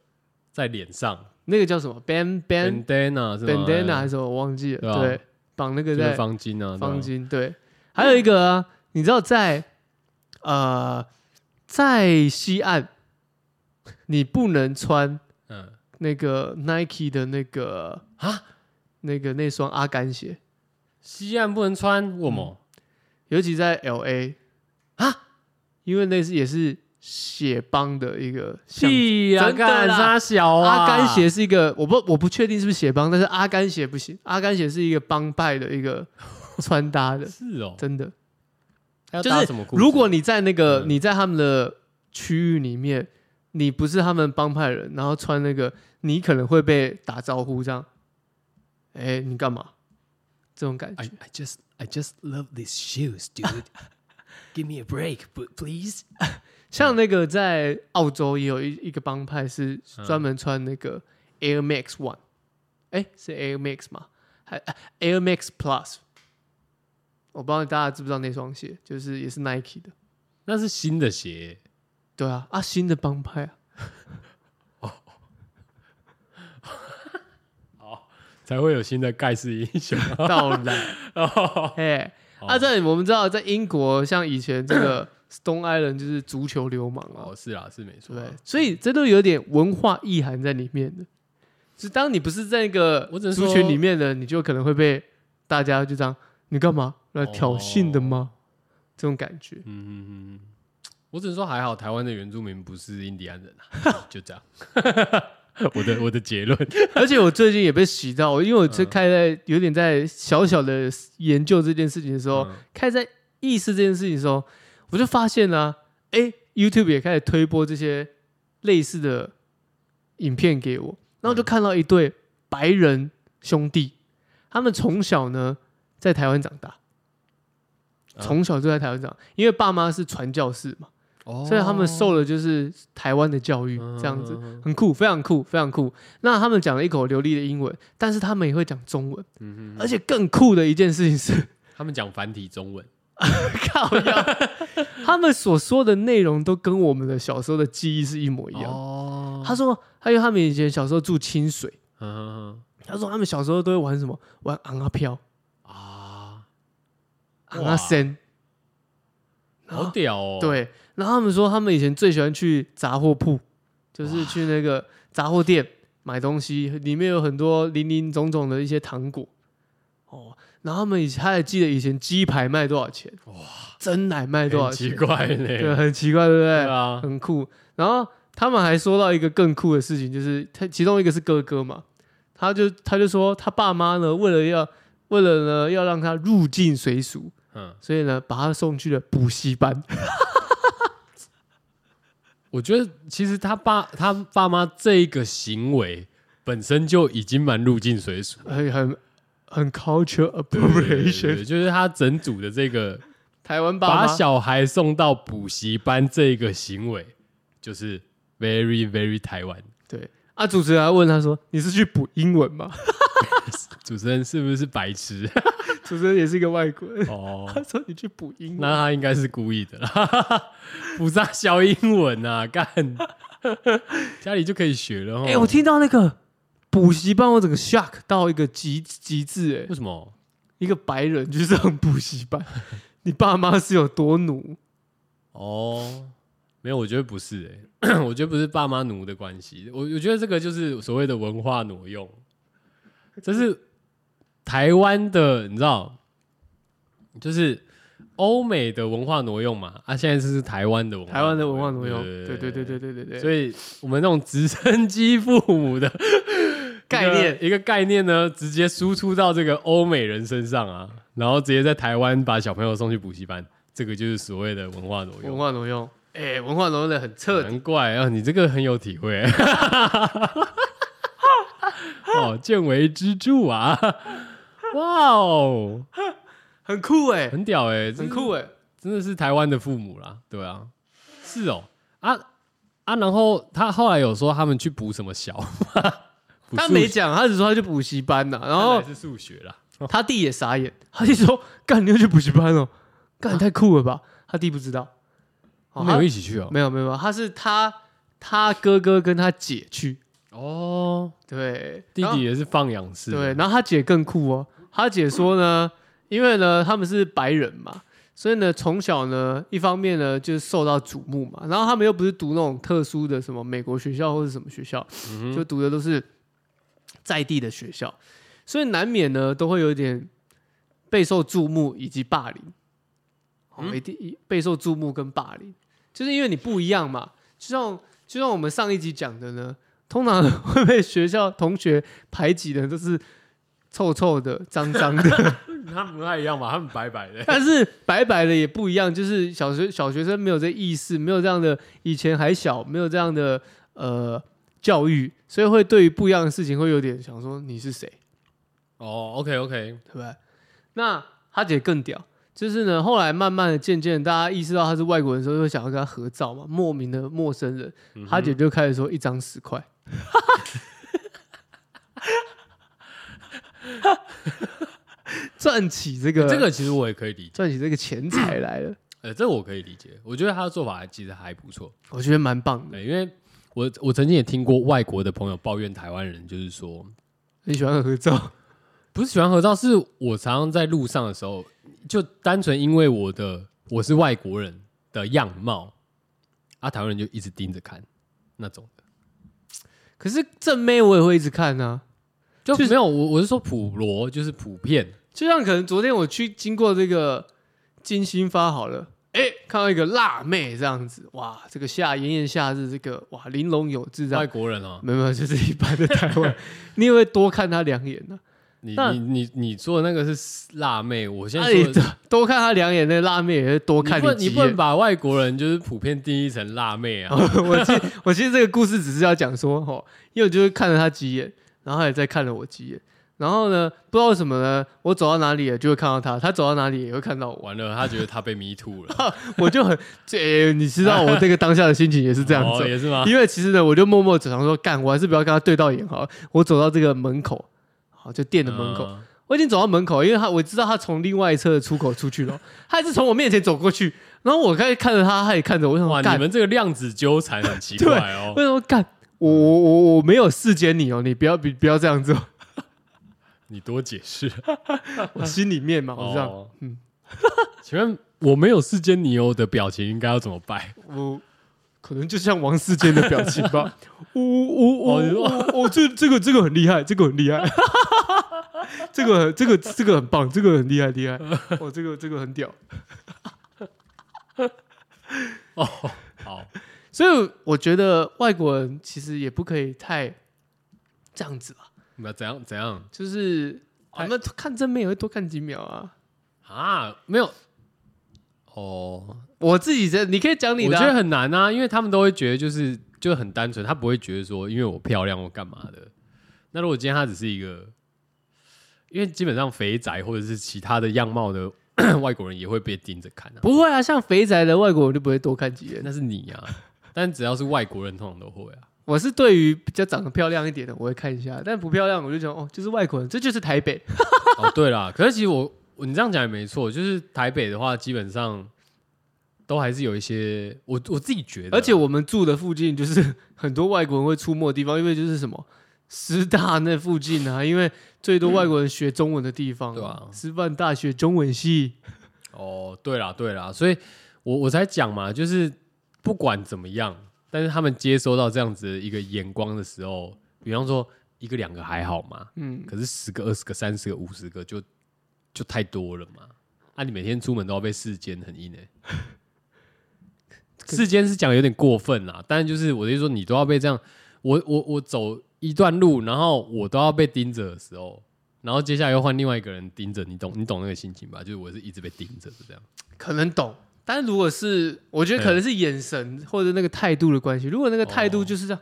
[SPEAKER 1] 在脸上
[SPEAKER 2] 那个叫什么 ban ban
[SPEAKER 1] ，bandana 是吗
[SPEAKER 2] bandana 还是什么，我忘记
[SPEAKER 1] 对啊
[SPEAKER 2] 了，对，绑那个
[SPEAKER 1] 就是
[SPEAKER 2] 在
[SPEAKER 1] 方巾啊，
[SPEAKER 2] 方
[SPEAKER 1] 对吧。
[SPEAKER 2] 巾，对，还有一个啊，你知道在呃在西岸，你不能穿
[SPEAKER 1] 嗯，
[SPEAKER 2] 那个 Nike 的那个
[SPEAKER 1] 啊，
[SPEAKER 2] 那个那双阿甘鞋，
[SPEAKER 1] 西岸不能穿，我么？
[SPEAKER 2] 尤其在 L A 啊，因为那是也是血帮的一个象征。
[SPEAKER 1] 屁啊呀、
[SPEAKER 2] 真的
[SPEAKER 1] 干
[SPEAKER 2] 啦
[SPEAKER 1] 啥小啊？
[SPEAKER 2] 阿甘鞋是一个，我不我不确定是不是血帮，但是阿甘鞋不行，阿甘鞋是一个帮派的一 个穿搭的，
[SPEAKER 1] 是哦，
[SPEAKER 2] 真的。
[SPEAKER 1] 他要
[SPEAKER 2] 就
[SPEAKER 1] 搭
[SPEAKER 2] 是
[SPEAKER 1] 什么裤子？
[SPEAKER 2] 如果你在那个
[SPEAKER 1] 嗯
[SPEAKER 2] 你在他们的区域里面，你不是他们帮派人，然后穿那个，你可能会被打招呼这样。哎、你干嘛？这种感觉
[SPEAKER 1] I I just I just love these shoes, dude. Give me a break, but please.
[SPEAKER 2] 像那个在澳洲也有一一个帮派是专门穿那个 Air Max One，哎、是 Air Max 吗？还、啊 Air Max Plus，我不知道大家知不知道那双鞋，就是也是 Nike 的。
[SPEAKER 1] 那是新的鞋
[SPEAKER 2] 对啊，啊新的帮派啊，
[SPEAKER 1] 才会有新的盖世英雄。
[SPEAKER 2] 到了，哎、啊，这里我们知道，在英国，像以前这个 Stone Island 就是足球流氓啊
[SPEAKER 1] 哦，，是啦，是没错啊。
[SPEAKER 2] 对，所以这都有点文化意涵在里面的。是当你不是在一个
[SPEAKER 1] 我只能
[SPEAKER 2] 族
[SPEAKER 1] 说
[SPEAKER 2] 群里面的，你就可能会被大家就这样，你干嘛来挑衅的
[SPEAKER 1] 哦
[SPEAKER 2] 吗？这种感觉。
[SPEAKER 1] 嗯，嗯嗯我只能说还好，台湾的原住民不是印第安人 啊，就这样。我的我的结论，
[SPEAKER 2] 而且我最近也被洗到，因为我
[SPEAKER 1] 嗯
[SPEAKER 2] 这开在有点在小小的研究这件事情的时候，
[SPEAKER 1] 嗯
[SPEAKER 2] 开始在意识这件事情的时候，我就发现呢、啊，哎，YouTube 也开始推播这些类似的影片给我，然后我就看到一对白人兄弟，他们从小呢在台湾长大，
[SPEAKER 1] 啊
[SPEAKER 2] 从小就在台湾长，因为爸妈是传教士嘛，
[SPEAKER 1] 哦
[SPEAKER 2] 所以他们受了就是台湾的教育这样子。
[SPEAKER 1] 嗯
[SPEAKER 2] 很酷，非常酷，非常酷。那他们讲了一口流利的英文，但是他们也会讲中文，
[SPEAKER 1] 嗯嗯
[SPEAKER 2] 而且更酷的一件事情是，
[SPEAKER 1] 他们讲繁体中文，
[SPEAKER 2] 靠呀，他们所说的内容都跟我们的小时候的记忆是一模一样。
[SPEAKER 1] 哦
[SPEAKER 2] 他说，还有他们以前小时候住清水，
[SPEAKER 1] 嗯
[SPEAKER 2] 他说他们小时候都会玩什么？玩昂啊飘、
[SPEAKER 1] 啊，
[SPEAKER 2] 昂啊森，
[SPEAKER 1] 好屌哦，，
[SPEAKER 2] 对。然后他们说，他们以前最喜欢去杂货铺，就是去那个杂货店买东西，里面有很多零零总总的一些糖果。哦，然后他们以前他还记得以前鸡排卖多少钱，哇，蒸奶卖多少
[SPEAKER 1] 很
[SPEAKER 2] 钱，
[SPEAKER 1] 奇怪
[SPEAKER 2] 对，
[SPEAKER 1] 呢，
[SPEAKER 2] 很奇怪，对不对？
[SPEAKER 1] 对啊，
[SPEAKER 2] 很酷。然后他们还说到一个更酷的事情，就是他其中一个是哥哥嘛，他就他就说他爸妈呢，为了要为了呢要让他入境随俗，
[SPEAKER 1] 嗯。
[SPEAKER 2] 所以呢把他送去了补习班。，
[SPEAKER 1] 我觉得其实他爸他爸妈这一个行为本身就已经蛮入境随俗
[SPEAKER 2] 很很很
[SPEAKER 1] 对
[SPEAKER 2] culture
[SPEAKER 1] 对对
[SPEAKER 2] appropriation，
[SPEAKER 1] 对就是他整组的这个
[SPEAKER 2] 台湾爸
[SPEAKER 1] 把
[SPEAKER 2] 妈
[SPEAKER 1] 小孩送到补习班这个行为，就是 very very 台湾。
[SPEAKER 2] 对啊，主持人还问他说：“你是去补英文吗
[SPEAKER 1] 主持人是不是白痴？？”
[SPEAKER 2] 主持人也是一个外国人，
[SPEAKER 1] 哦，
[SPEAKER 2] 他说：“你去补英文。
[SPEAKER 1] 那他应该是故意的啦， 补上小英文啊，干，家里就可以学了哦。”
[SPEAKER 2] 哎，我听到那个补习班，我整个 shock 到一个极极致哎、
[SPEAKER 1] 为什么？
[SPEAKER 2] 一个白人去上补习 班，你爸妈是有多奴？
[SPEAKER 1] 哦，没有，我觉得不是、欸， 我觉得不是爸妈奴的关系，我我觉得这个就是所谓的文化挪用，这是台湾的，你知道，就是欧美的文化挪用嘛，啊，现在是台湾的文化，
[SPEAKER 2] 台湾的文化奴用，
[SPEAKER 1] 对
[SPEAKER 2] 对对对对对对对，
[SPEAKER 1] 所以我们那种直升机父母的
[SPEAKER 2] 概念
[SPEAKER 1] 一个一个概念呢，直接输出到这个欧美人身上啊，然后直接在台湾把小朋友送去补习班，这个就是所谓的文化挪用
[SPEAKER 2] 文。化挪用，哎，文化融入的很彻底。
[SPEAKER 1] 难怪啊，你这个很有体 会。哦，见微知著 啊！哇哦，
[SPEAKER 2] 很酷哎、
[SPEAKER 1] 很屌哎、
[SPEAKER 2] 很
[SPEAKER 1] 真
[SPEAKER 2] 酷哎、
[SPEAKER 1] 真的是台湾的父母啦，对啊，是哦，啊啊，然后他后来有说他们去补什么小吗，补
[SPEAKER 2] 他
[SPEAKER 1] 数
[SPEAKER 2] 没
[SPEAKER 1] 学，
[SPEAKER 2] 哦讲，他只说他去补习班呐、然后
[SPEAKER 1] 看来是数学啦，
[SPEAKER 2] 他弟也傻眼，他弟说：“干，你要去补习班哦，干太酷了吧？”他弟不知道，哦
[SPEAKER 1] 没有
[SPEAKER 2] 他
[SPEAKER 1] 一起去哦，
[SPEAKER 2] 没有没有没有，他是他他哥哥跟他姐去，
[SPEAKER 1] 哦，
[SPEAKER 2] 对，
[SPEAKER 1] 弟
[SPEAKER 2] 然后
[SPEAKER 1] 弟也是放养式，
[SPEAKER 2] 对，，然后他姐更酷哦，他姐说呢，因为呢他们是白人嘛，所以呢从小呢一方面呢就是受到瞩目嘛，然后他们又不是读那种特殊的什么美国学校或是什么学校，
[SPEAKER 1] 嗯
[SPEAKER 2] 就
[SPEAKER 1] 哼，
[SPEAKER 2] 读的都是在地的学校，所以难免呢都会有一点备受注目以及霸凌，哦，
[SPEAKER 1] 嗯
[SPEAKER 2] 一定一备受注目跟霸凌，就是因为你不一样嘛，就像就像我们上一集讲的呢， 通常会被学校同学排挤的都是臭臭的、脏脏的，
[SPEAKER 1] 他们不太一样嘛，他们白白的，
[SPEAKER 2] 但是白白的也不一样，就是小学小学生没有这意识，没有这样的，以前还小，没有这样的呃教育，所以会对于不一样的事情会有点想说你是谁，
[SPEAKER 1] 哦，OK OK，
[SPEAKER 2] 对不对？那他姐更屌，就是呢，后来慢慢的、渐渐地大家意识到他是外国人的时候，就会想要跟他合照嘛，莫名的陌生人，他姐就开始说一张十块。 赚起这个
[SPEAKER 1] 这个其实我也可以理解，
[SPEAKER 2] 赚起这个钱 财来了，
[SPEAKER 1] 呃，这我可以理解，我觉得他的做法其实还不错，
[SPEAKER 2] 我觉得蛮棒的。
[SPEAKER 1] 对，因为我我曾经也听过外国的朋友抱怨台湾人，就是说。
[SPEAKER 2] 很喜欢合照，
[SPEAKER 1] 不是喜欢合照，是我常常在路上的时候，就单纯因为我的我是外国人的样貌，啊，台湾人就一直盯着看那种的，
[SPEAKER 2] 可是正妹我也会一直看啊。
[SPEAKER 1] 就
[SPEAKER 2] 就是
[SPEAKER 1] 没有我我是说普罗，就是普遍，
[SPEAKER 2] 就像可能昨天我去经过这个金星发好了，哎、看到一个辣妹这样子，哇，这个夏炎炎夏日，这个哇玲珑有致这
[SPEAKER 1] 外
[SPEAKER 2] 样，
[SPEAKER 1] 国人哦、
[SPEAKER 2] 没有没有，就是一般的台 湾，你也会多看她两眼啊呢、
[SPEAKER 1] 你
[SPEAKER 2] 那
[SPEAKER 1] 你你你说的那个是辣妹，我现
[SPEAKER 2] 啊。
[SPEAKER 1] 在
[SPEAKER 2] 你
[SPEAKER 1] 说
[SPEAKER 2] 多
[SPEAKER 1] 的。
[SPEAKER 2] 多看她两眼，那辣妹也会多
[SPEAKER 1] 我
[SPEAKER 2] 看
[SPEAKER 1] 你不能
[SPEAKER 2] 几
[SPEAKER 1] 你不能
[SPEAKER 2] 眼。
[SPEAKER 1] 把外国人就是普遍定义成辣妹啊！
[SPEAKER 2] 我其我其实这个故事只是要讲说，哦，因为我就是看了她几眼，然后她也在看了我几眼，然后呢，不知道为什么呢，我走到哪里就会看到她，她走到哪里也会看到我。
[SPEAKER 1] 完了，他觉得他被迷途了，
[SPEAKER 2] 我就很，这、欸你知道我这个当下的心情也 是这样 子
[SPEAKER 1] 哦、，也是吗？
[SPEAKER 2] 因为其实呢，我就默默走上说，干，我还是不要跟他对到眼好了。我走到这个门口，好，就店的门口，
[SPEAKER 1] 嗯
[SPEAKER 2] 我已经走到门口，因为他我知道他从另外一侧的出口出去了，他还是从我面前走过去，然后我开始看着他，他也看着我，我想
[SPEAKER 1] 哇，
[SPEAKER 2] 说
[SPEAKER 1] 你
[SPEAKER 2] 干，
[SPEAKER 1] 们这个量子纠缠很奇怪哦
[SPEAKER 2] 为。什么干？我我我我没有视奸你哦，你不要不不要这样做，哦
[SPEAKER 1] 你多解 释。
[SPEAKER 2] 我心里面嘛，我知道，
[SPEAKER 1] 哦、
[SPEAKER 2] 嗯
[SPEAKER 1] 嗯， 请问我没有世间女友的表情应该要怎么办？
[SPEAKER 2] 我可能就像王世坚的表情 吧。我我
[SPEAKER 1] 哦你说
[SPEAKER 2] 我我我这这个这个很厉害，这个很厉害， 这个这个这个很棒，这个很厉害厉害，哦，这个这个很屌。
[SPEAKER 1] 哦，好，
[SPEAKER 2] 所以我觉得外国人其实也不可以太这样子吧，
[SPEAKER 1] 那怎样怎样
[SPEAKER 2] 就是我
[SPEAKER 1] 太
[SPEAKER 2] 们看正面也会多看几秒啊。
[SPEAKER 1] 啊？没有。哦，
[SPEAKER 2] 我自己在，你可以讲你
[SPEAKER 1] 我
[SPEAKER 2] 的
[SPEAKER 1] 觉
[SPEAKER 2] 啊、
[SPEAKER 1] 得很难啊，因为他们都会觉得就是就很单纯，他不会觉得说因为我漂亮或干嘛的。那如果今天他只是一个，因为基本上肥宅或者是其他的样貌的 外国人也会被盯着看啊。
[SPEAKER 2] 不会啊，像肥宅的外国人就不会多看几眼。
[SPEAKER 1] 那是你啊，但只要是外国人，通常都会啊。
[SPEAKER 2] 我是对于比较长得漂亮一点的，我会看一下，但不漂亮我就讲哦，就是外国人，这就是台北。
[SPEAKER 1] 哦，对啦，可是其实我我你这样讲也没错，就是台北的话，基本上都还是有一些我我自己觉得啊，
[SPEAKER 2] 而且我们住的附近就是很多外国人会出没的地方，因为就是什么师大那附近啊，因为最多外国人学中文的地方、
[SPEAKER 1] 对啊
[SPEAKER 2] 师范大学中文系，
[SPEAKER 1] 哦，对啦对啦，所以我我才讲嘛，就是不管怎么样，但是他们接收到这样子的一个眼光的时候，比方说一个两个还好嘛，
[SPEAKER 2] 嗯，
[SPEAKER 1] 可是十个、二十个、三十个、五十个就就太多了嘛。啊，你每天出门都要被世间很 硬哎、世间是讲得有点过分啦，但是就是我的意思说，你都要被这样，我我我走一段路，然后我都要被盯着的时候，然后接下来又换另外一个人盯着，你懂你懂那个心情吧？就是我是一直被盯着的这样。
[SPEAKER 2] 可能懂，但如果是，我觉得可能是眼神或者那个态度的关系。如果那个态
[SPEAKER 1] 哦
[SPEAKER 2] 度就是这样，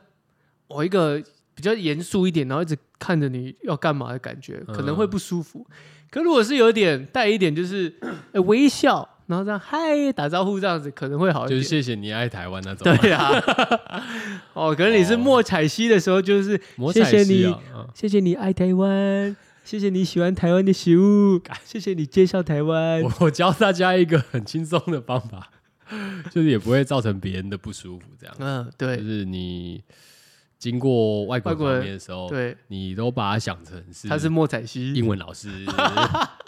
[SPEAKER 2] 我、一个比较严肃一点，然后一直看着你要干嘛的感
[SPEAKER 1] 嗯
[SPEAKER 2] 觉，可能会不舒服。可如果是有点带一点，就是、呃微笑，然后这样嗨打招呼这样子，可能会好一
[SPEAKER 1] 就
[SPEAKER 2] 点。
[SPEAKER 1] 是谢谢你爱台湾那种。
[SPEAKER 2] 对啊，哦，可能你是莫彩希的时候，就是
[SPEAKER 1] 魔
[SPEAKER 2] 谢
[SPEAKER 1] 彩
[SPEAKER 2] 谢
[SPEAKER 1] 西
[SPEAKER 2] 你
[SPEAKER 1] 啊，嗯
[SPEAKER 2] 谢谢你爱台湾，谢谢你喜欢台湾的食物，谢谢你介绍台湾。
[SPEAKER 1] 我我教大家一个很轻松的方法， 就是也不会造成别人的不舒服，这样。
[SPEAKER 2] 嗯，
[SPEAKER 1] 就
[SPEAKER 2] 对
[SPEAKER 1] 是你经过外国
[SPEAKER 2] 外
[SPEAKER 1] 人
[SPEAKER 2] 国人
[SPEAKER 1] 旁边的时候，
[SPEAKER 2] 对，
[SPEAKER 1] 你都把它想成哦是
[SPEAKER 2] 他是莫彩希，
[SPEAKER 1] 英文老师，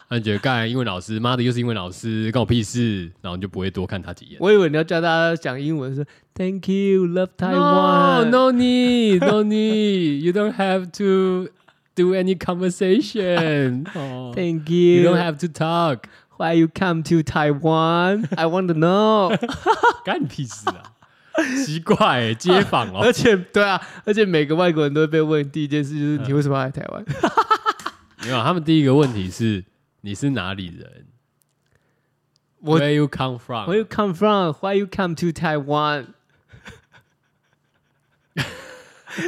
[SPEAKER 1] 那你觉得干英文老师，妈的又是英文老师，关我屁事，然后你就不会多看他几眼。
[SPEAKER 2] 我以为你要教大家讲英文，说 Thank you, love
[SPEAKER 1] No,
[SPEAKER 2] Taiwan。
[SPEAKER 1] no need, no need. You don't have to do any conversation. 哦
[SPEAKER 2] thank
[SPEAKER 1] You
[SPEAKER 2] you.
[SPEAKER 1] don't have to talk.
[SPEAKER 2] Why you come to Taiwan? I want to know 。
[SPEAKER 1] 干你屁事啊！奇怪、欸，街访哦
[SPEAKER 2] 而，且，对啊，而且每个外国人都会被问第一件事就是你为什么要来台湾？
[SPEAKER 1] 没有，啊他们第一个问题是你是哪里人
[SPEAKER 2] 我
[SPEAKER 1] ？Where you come from？
[SPEAKER 2] Where you come from? Why you come to Taiwan?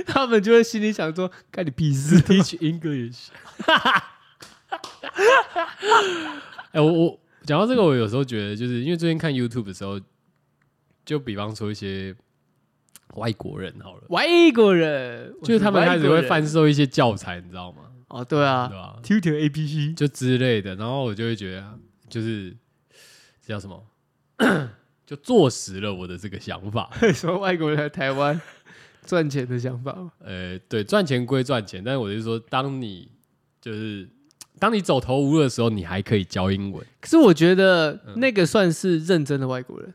[SPEAKER 2] 他们就会心里想说：“干你屁事
[SPEAKER 1] teach English 。哎、我我讲到这个，我有时候觉得，就是因为最近看 YouTube 的时候，就比方说一些外国人好了！”，
[SPEAKER 2] 外国人
[SPEAKER 1] 就是他们开始会
[SPEAKER 2] 翻
[SPEAKER 1] 贩售一些教材，你知道吗？
[SPEAKER 2] 哦，对
[SPEAKER 1] 对
[SPEAKER 2] 啊
[SPEAKER 1] 吧？
[SPEAKER 2] ，Tutor A P C
[SPEAKER 1] 就之类的，然后我就会觉得，啊就是这叫什么， 就坐实了我的这个想法。
[SPEAKER 2] 说外国人来台湾赚钱的想法吗。
[SPEAKER 1] 呃，对，赚钱归赚钱，但是我就是说，当你就是当你走投无路的时候，你还可以教英文。
[SPEAKER 2] 可是我觉得
[SPEAKER 1] 嗯
[SPEAKER 2] 那个算是认真的外国人，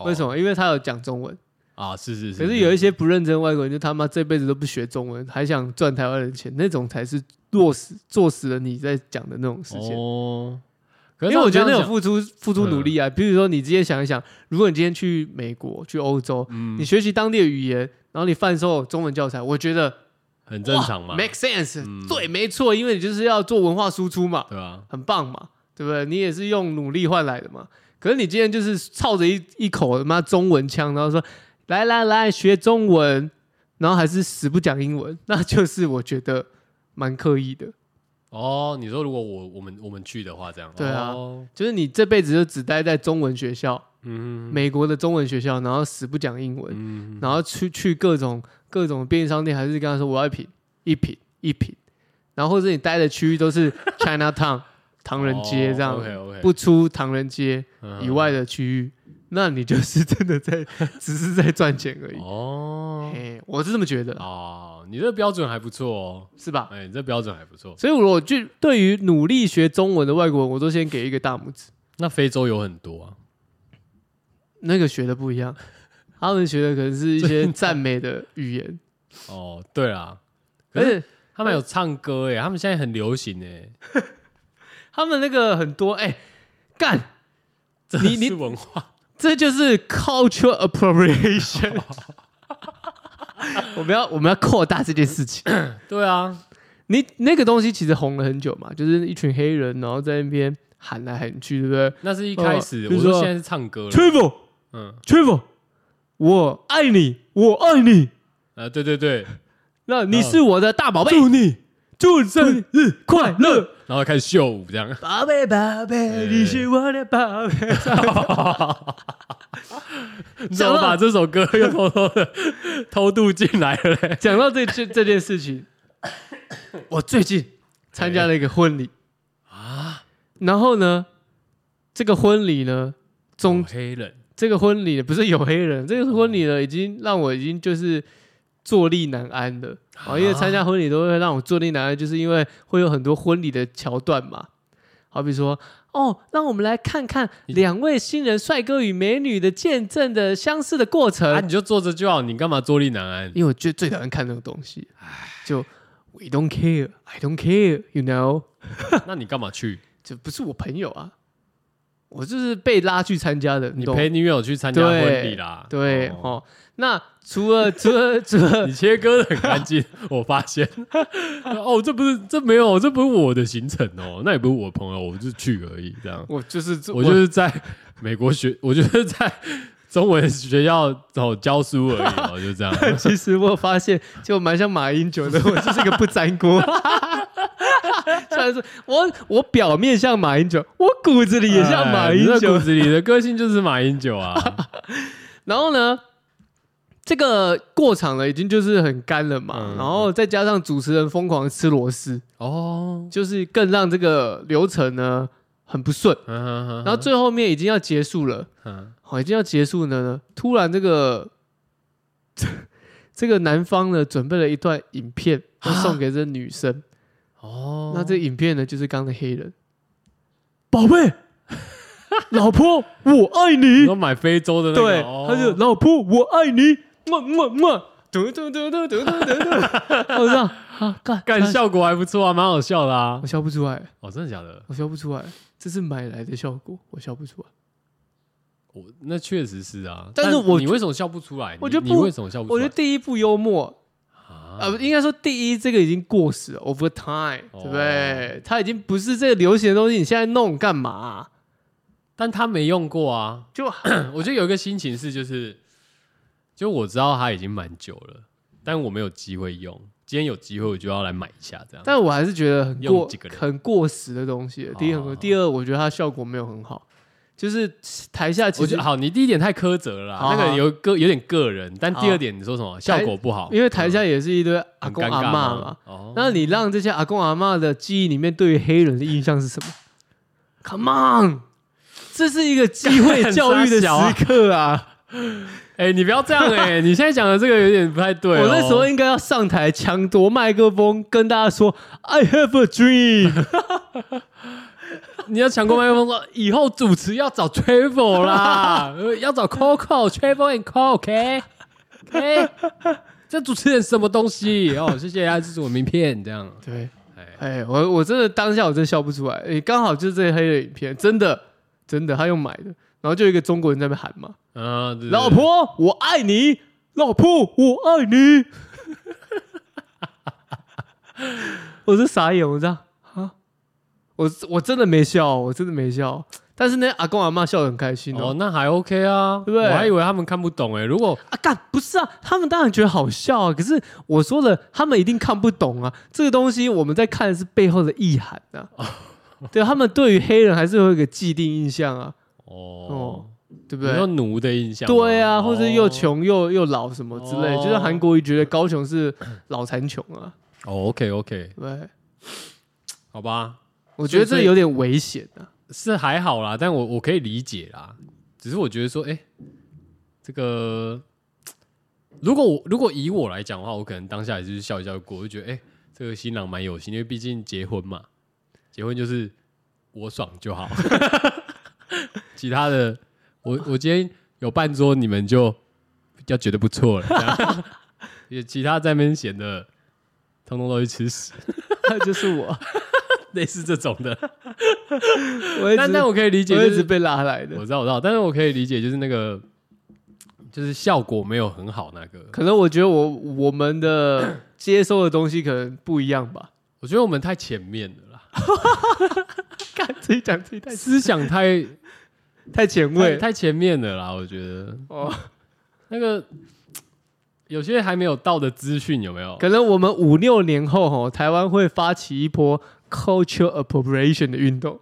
[SPEAKER 2] 为什
[SPEAKER 1] 么
[SPEAKER 2] 么？因为他有讲中文。
[SPEAKER 1] 啊？是哦是是。
[SPEAKER 2] 可是有一些不认真的外国人，就他妈这辈子都不学中文，还想赚台湾人钱，那种才是落实做死了你在讲的那种事情。
[SPEAKER 1] 哦，可
[SPEAKER 2] 因
[SPEAKER 1] 是
[SPEAKER 2] 为我觉
[SPEAKER 1] 他们
[SPEAKER 2] 得那
[SPEAKER 1] 这
[SPEAKER 2] 种
[SPEAKER 1] 样嗯
[SPEAKER 2] 付出付出努力啊，比如说你今天想一想，如果你今天去美国、去欧洲，
[SPEAKER 1] 嗯
[SPEAKER 2] 你学习当地的语言，然后你贩售中文教材，我觉得
[SPEAKER 1] 讲很正常嘛，
[SPEAKER 2] make sense，
[SPEAKER 1] 嗯
[SPEAKER 2] 对，没错，因为你就是要做文化输出嘛。
[SPEAKER 1] 对啊吧？
[SPEAKER 2] 很棒嘛，对不对？你也是用努力换来的嘛。可是你今天就是操着一一口他妈中文腔，然后说来来来学中文，然后还是死不讲英文， 那就是我觉得蛮刻意的。
[SPEAKER 1] 哦，你说如果我我们我们去的话，这样
[SPEAKER 2] 对啊
[SPEAKER 1] 哦
[SPEAKER 2] 就是你这辈子就只待在中文学校，
[SPEAKER 1] 嗯
[SPEAKER 2] 美国的中文学校，然后死不讲英文，
[SPEAKER 1] 嗯，
[SPEAKER 2] 然后去去各种各种便利商店，还是跟他说我要一瓶一瓶一瓶，然后或者你待的区域都是 China Town 唐人
[SPEAKER 1] 哦
[SPEAKER 2] 街这样，
[SPEAKER 1] OK OK，
[SPEAKER 2] 不出唐人街。以外
[SPEAKER 1] 的
[SPEAKER 2] 的区
[SPEAKER 1] 嗯
[SPEAKER 2] 域，那你就是真 的在只是在赚钱而已。
[SPEAKER 1] 哦
[SPEAKER 2] 哎，我是这么觉得啦，
[SPEAKER 1] 哦，你这标准还不错哦，
[SPEAKER 2] 是吧？
[SPEAKER 1] 哎，你这标准还不错。
[SPEAKER 2] 所以我就对于努力学中文的外国人，我都先给一个大拇指。
[SPEAKER 1] 那非洲有很多啊，
[SPEAKER 2] 那个学的不一样，他们学的可能是一些赞美的语言，
[SPEAKER 1] 哦，对啦，可
[SPEAKER 2] 而
[SPEAKER 1] 是
[SPEAKER 2] 且
[SPEAKER 1] 他们有唱歌哎，他们现在很流行哎，
[SPEAKER 2] 他们那个很多哎干。
[SPEAKER 1] 这
[SPEAKER 2] 你你
[SPEAKER 1] 是文化
[SPEAKER 2] 这就是 culture appropriation。我们要我们要扩大这件事情。
[SPEAKER 1] 对啊，
[SPEAKER 2] 你那个东西其实红了很久嘛，就是一群黑人，然后在那边喊来喊去，对不对
[SPEAKER 1] 那是一开始
[SPEAKER 2] 哦比
[SPEAKER 1] 我
[SPEAKER 2] 如说
[SPEAKER 1] 说现在是唱歌了，
[SPEAKER 2] ？Travel
[SPEAKER 1] 嗯
[SPEAKER 2] Travel，我爱你，我爱你，
[SPEAKER 1] 啊，对对对，
[SPEAKER 2] 那你是我的大宝贝，
[SPEAKER 3] 祝你
[SPEAKER 2] 祝生日快乐，哎
[SPEAKER 1] 然后开始秀舞这样，
[SPEAKER 2] 宝贝宝贝，你是我的宝贝。
[SPEAKER 1] 你怎么把这首歌又偷偷的 偷渡进来了嘞？
[SPEAKER 2] 讲到这这这件事情， 我最近参加了一个婚礼啊，然后呢，这个婚礼呢，中
[SPEAKER 1] 黑人
[SPEAKER 2] 这个婚礼不是有黑人， 这个婚礼呢，已经让我已经就是坐立难安了啊！因为参加婚礼都会让我坐立难安，就是因为会有很多婚礼的桥段嘛，好比说。哦，让我们来看看两位新人帅哥与美女的见证的相似的过程。
[SPEAKER 1] 啊，你就坐着就好，你干嘛坐立难 安？
[SPEAKER 2] 因为我最最讨厌看那种东西，就 We don't care, I don't care, you know，
[SPEAKER 1] 那你干嘛去？
[SPEAKER 2] 这不是我朋友啊，我就是被拉去参加的，
[SPEAKER 1] 你
[SPEAKER 2] 懂
[SPEAKER 1] 陪女友去参加
[SPEAKER 2] 对
[SPEAKER 1] 婚礼啦，
[SPEAKER 2] 对
[SPEAKER 1] 哦
[SPEAKER 2] 哦。那除了除了除了
[SPEAKER 1] 你切割的很干 净，我发现。哦，这不是，这没有，这不是我的行程哦，那也不是我朋友，我就去而已。这样，
[SPEAKER 2] 我就是
[SPEAKER 1] 我就是在美国学，我就是在中文学校哦教书而已 哦，就这样。
[SPEAKER 2] 其实我发现，就蛮像马英九的，我就是个不粘锅。虽然说我我表面像马英九，我骨子里也像马
[SPEAKER 1] 哎
[SPEAKER 2] 英
[SPEAKER 1] 你这
[SPEAKER 2] 九
[SPEAKER 1] 骨。子里的个性就是马英九 啊。
[SPEAKER 2] 然后呢，这个过场了，已经就是很干了嘛。
[SPEAKER 1] 嗯
[SPEAKER 2] 然后再加上主持人疯狂吃螺丝，
[SPEAKER 1] 哦，
[SPEAKER 2] 就是更让这个流程呢很不顺。
[SPEAKER 1] 嗯然
[SPEAKER 2] 然后最后面已经要结束了，
[SPEAKER 1] 嗯
[SPEAKER 2] 好，已经要结束了呢，突然这个这个男方呢准备了一段影片，要送给这女生。
[SPEAKER 1] 哦，
[SPEAKER 2] 那这影片呢，就是刚的黑人，
[SPEAKER 3] 宝贝，
[SPEAKER 2] 老婆，我爱你
[SPEAKER 1] 你。要买非洲的那个，
[SPEAKER 2] 对，
[SPEAKER 1] 哦
[SPEAKER 2] 他就老婆，我爱你，么么么，嘟嘟嘟嘟嘟嘟嘟嘟。 我知道啊，干
[SPEAKER 1] 干，效果还不错啊，蛮好笑的啊
[SPEAKER 2] 我。笑不出来，
[SPEAKER 1] 哦，真的假的？
[SPEAKER 2] 我笑不出来，这是买来的效果，我笑不出来。
[SPEAKER 1] 我那确实是啊，
[SPEAKER 2] 但是我
[SPEAKER 1] 你为什么笑不出来？
[SPEAKER 2] 我
[SPEAKER 1] 你
[SPEAKER 2] 觉得
[SPEAKER 1] 你
[SPEAKER 2] 不
[SPEAKER 1] 为什么笑不出
[SPEAKER 2] 我
[SPEAKER 1] 来？
[SPEAKER 2] 觉得第一部幽默，
[SPEAKER 1] 啊哦
[SPEAKER 2] 呃，应该说第一这个已经过时了，over time，对不对？它已经不是这个流行的东西，你现在弄干嘛啊？
[SPEAKER 1] 但他没用过啊。
[SPEAKER 2] 就
[SPEAKER 1] 我觉得有一个心情是，就是就我知道他已经蛮久了，但我没有机会用。今天有机会，我就要来买一下这样。
[SPEAKER 2] 但我还是觉得很
[SPEAKER 1] 嗯用
[SPEAKER 2] 过
[SPEAKER 1] 几个人
[SPEAKER 2] 很过时的东西。第一很过，
[SPEAKER 1] 哦
[SPEAKER 2] 第二我觉得它效果没有很好，就是台下其
[SPEAKER 1] 我
[SPEAKER 2] 实
[SPEAKER 1] 觉
[SPEAKER 2] 啊
[SPEAKER 1] 得好，你第一点太苛责了啦，
[SPEAKER 2] 好
[SPEAKER 1] 那个
[SPEAKER 2] 好
[SPEAKER 1] 有个有点个人。但第
[SPEAKER 2] 好
[SPEAKER 1] 二点你说什么效果不好，
[SPEAKER 2] 啊
[SPEAKER 1] 嗯
[SPEAKER 2] 因为台下也是一堆阿
[SPEAKER 1] 很
[SPEAKER 2] 公
[SPEAKER 1] 尴
[SPEAKER 2] 阿
[SPEAKER 1] 尬
[SPEAKER 2] 嬷嘛
[SPEAKER 1] 嘛。。哦，
[SPEAKER 2] 那你让这些阿公阿嬷的记忆里面对于黑人的印象是 什么？Come on，这是一个机会教育
[SPEAKER 1] 干傻
[SPEAKER 2] 的
[SPEAKER 1] 小啊
[SPEAKER 2] 时刻啊！
[SPEAKER 1] 哎，你不要这样哎，你现在讲的这个有点不太对哦。
[SPEAKER 2] 我那时候应该要上台抢夺麦克风，跟大家说 “I have a dream”。
[SPEAKER 1] 你要抢过麦克风说，以后主持要找 Travel 啦，呃要找 Coco Travel and Co，OK，OK，、这主持人什么东西？哦，谢谢大家支持我名片，这样，
[SPEAKER 2] 对，
[SPEAKER 1] 哎，
[SPEAKER 2] 哎，我我真的当下我真的笑不出来。哎，刚好就是这黑人影片，真的真的，他用买的，然后就有一个中国人在那边喊嘛
[SPEAKER 1] 啊，对，：“
[SPEAKER 2] 老婆，我爱你，老婆，我爱你。”我是傻眼，我这样啊，我我真的没笑，我真的没笑。但是那阿公阿妈笑得很开心
[SPEAKER 1] 对
[SPEAKER 2] 哦。
[SPEAKER 1] 哦，那还 OK 啊，
[SPEAKER 2] 对不对
[SPEAKER 1] 我还以为他们看不懂哎、如果
[SPEAKER 2] 啊，干不是啊，他们当然觉得好笑啊。可是我说了，他们一定看不懂啊。这个东西我们在看的是背后的意涵 啊。对他们对于黑人还是会有一个既定印象啊，
[SPEAKER 1] 哦，
[SPEAKER 2] 对不
[SPEAKER 1] 比较
[SPEAKER 2] 对？
[SPEAKER 1] 奴的印象吗，
[SPEAKER 2] 对啊，或者又
[SPEAKER 1] 哦
[SPEAKER 2] 穷又又老什么之类，就
[SPEAKER 1] 哦
[SPEAKER 2] 像韩国瑜觉得高雄是老残穷啊，
[SPEAKER 1] 哦，OK OK，
[SPEAKER 2] 对不对。
[SPEAKER 1] 好吧，
[SPEAKER 2] 我觉得这有点危险啊。
[SPEAKER 1] 是还好啦，但我我可以理解啦，只是我觉得说，哎、这个如果我如果以我来讲的话，我可能当下也就是笑一笑就过，我就觉得，哎、这个新郎蛮有心，因为毕竟结婚嘛，结婚就是我爽就好， 其他的我我今天有半桌，你们就要觉得不错了，这样也其他在那边显得通通都去吃屎，
[SPEAKER 2] 那就是我，
[SPEAKER 1] 类似这种的，
[SPEAKER 2] 我一直
[SPEAKER 1] 但但我可以理解，
[SPEAKER 2] 我
[SPEAKER 1] 就
[SPEAKER 2] 一直
[SPEAKER 1] 是
[SPEAKER 2] 被拉来
[SPEAKER 1] 我
[SPEAKER 2] 的。
[SPEAKER 1] 知道，我知道，但是我可以理解，就是那个，就是效果没有很好那个。
[SPEAKER 2] 可能我觉得我我们的接收的东西可能不一样吧。
[SPEAKER 1] 我觉得我们太前面了啦，
[SPEAKER 2] 看自己讲自己太
[SPEAKER 1] 思想太
[SPEAKER 2] 太前
[SPEAKER 1] 太
[SPEAKER 2] 卫
[SPEAKER 1] 太前面了啦。我觉得
[SPEAKER 2] 哦，
[SPEAKER 1] 那个有些还没有到的资讯有没有？
[SPEAKER 2] 可能我们五六年后吼，台湾会发起一波 cultural appropriation 的运动，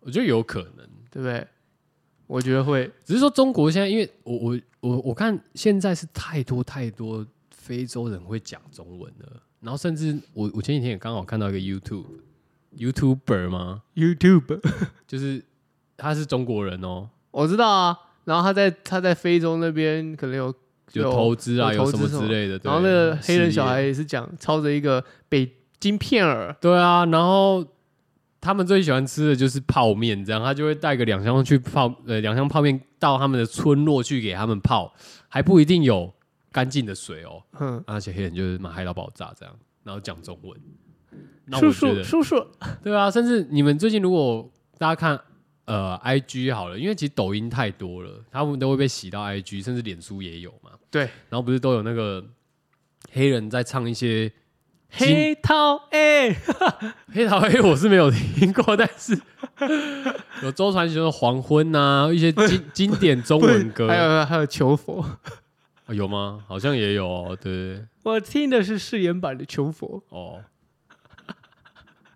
[SPEAKER 1] 我觉得有可能，
[SPEAKER 2] 对不对？我觉得会，
[SPEAKER 1] 只是说中国现在，因为我我我我看现在是太多太多非洲人会讲中文了，然后甚至我我前几天也刚好看到一个 YouTube YouTuber 吗？
[SPEAKER 2] YouTube，
[SPEAKER 1] 就是他是中国人哦、
[SPEAKER 2] 我知道啊。然后他在他在非洲那边可能有
[SPEAKER 1] 有投资啊，有
[SPEAKER 2] 有投
[SPEAKER 1] 什
[SPEAKER 2] 资
[SPEAKER 1] 么
[SPEAKER 2] 什
[SPEAKER 1] 之
[SPEAKER 2] 么
[SPEAKER 1] 类的。对
[SPEAKER 2] 然后那个黑人小，
[SPEAKER 1] 事
[SPEAKER 2] 孩
[SPEAKER 1] 业
[SPEAKER 2] 也是讲操着一个北京片儿，
[SPEAKER 1] 对啊，然后他们最喜欢吃的就是泡面，这样他就会带个两箱去泡，呃，两箱泡面到他们的村落去给他们泡，还不一定有干净的水哦，
[SPEAKER 2] 嗯，
[SPEAKER 1] 而且黑人就是蛮嗨到爆炸这样，然后讲中文。那我
[SPEAKER 2] 叔
[SPEAKER 1] 觉
[SPEAKER 2] 叔
[SPEAKER 1] 得，
[SPEAKER 2] 叔叔，
[SPEAKER 1] 对啊，甚至你们最近如果大家看呃 IG 好了，因为其实抖音太多了，他们都会被洗到 IG，甚至脸书也有嘛。
[SPEAKER 2] 对，
[SPEAKER 1] 然后不是都有那个黑人在唱一些
[SPEAKER 2] 黑桃 A，
[SPEAKER 1] 黑桃 A，我是没有听过，但是 有周传雄的《黄昏》呐，一些 经经典中文歌
[SPEAKER 2] 还有还有求佛，
[SPEAKER 1] 哦有吗？好像也有哦，对
[SPEAKER 2] 我听的是誓言版的求佛。
[SPEAKER 1] 哦。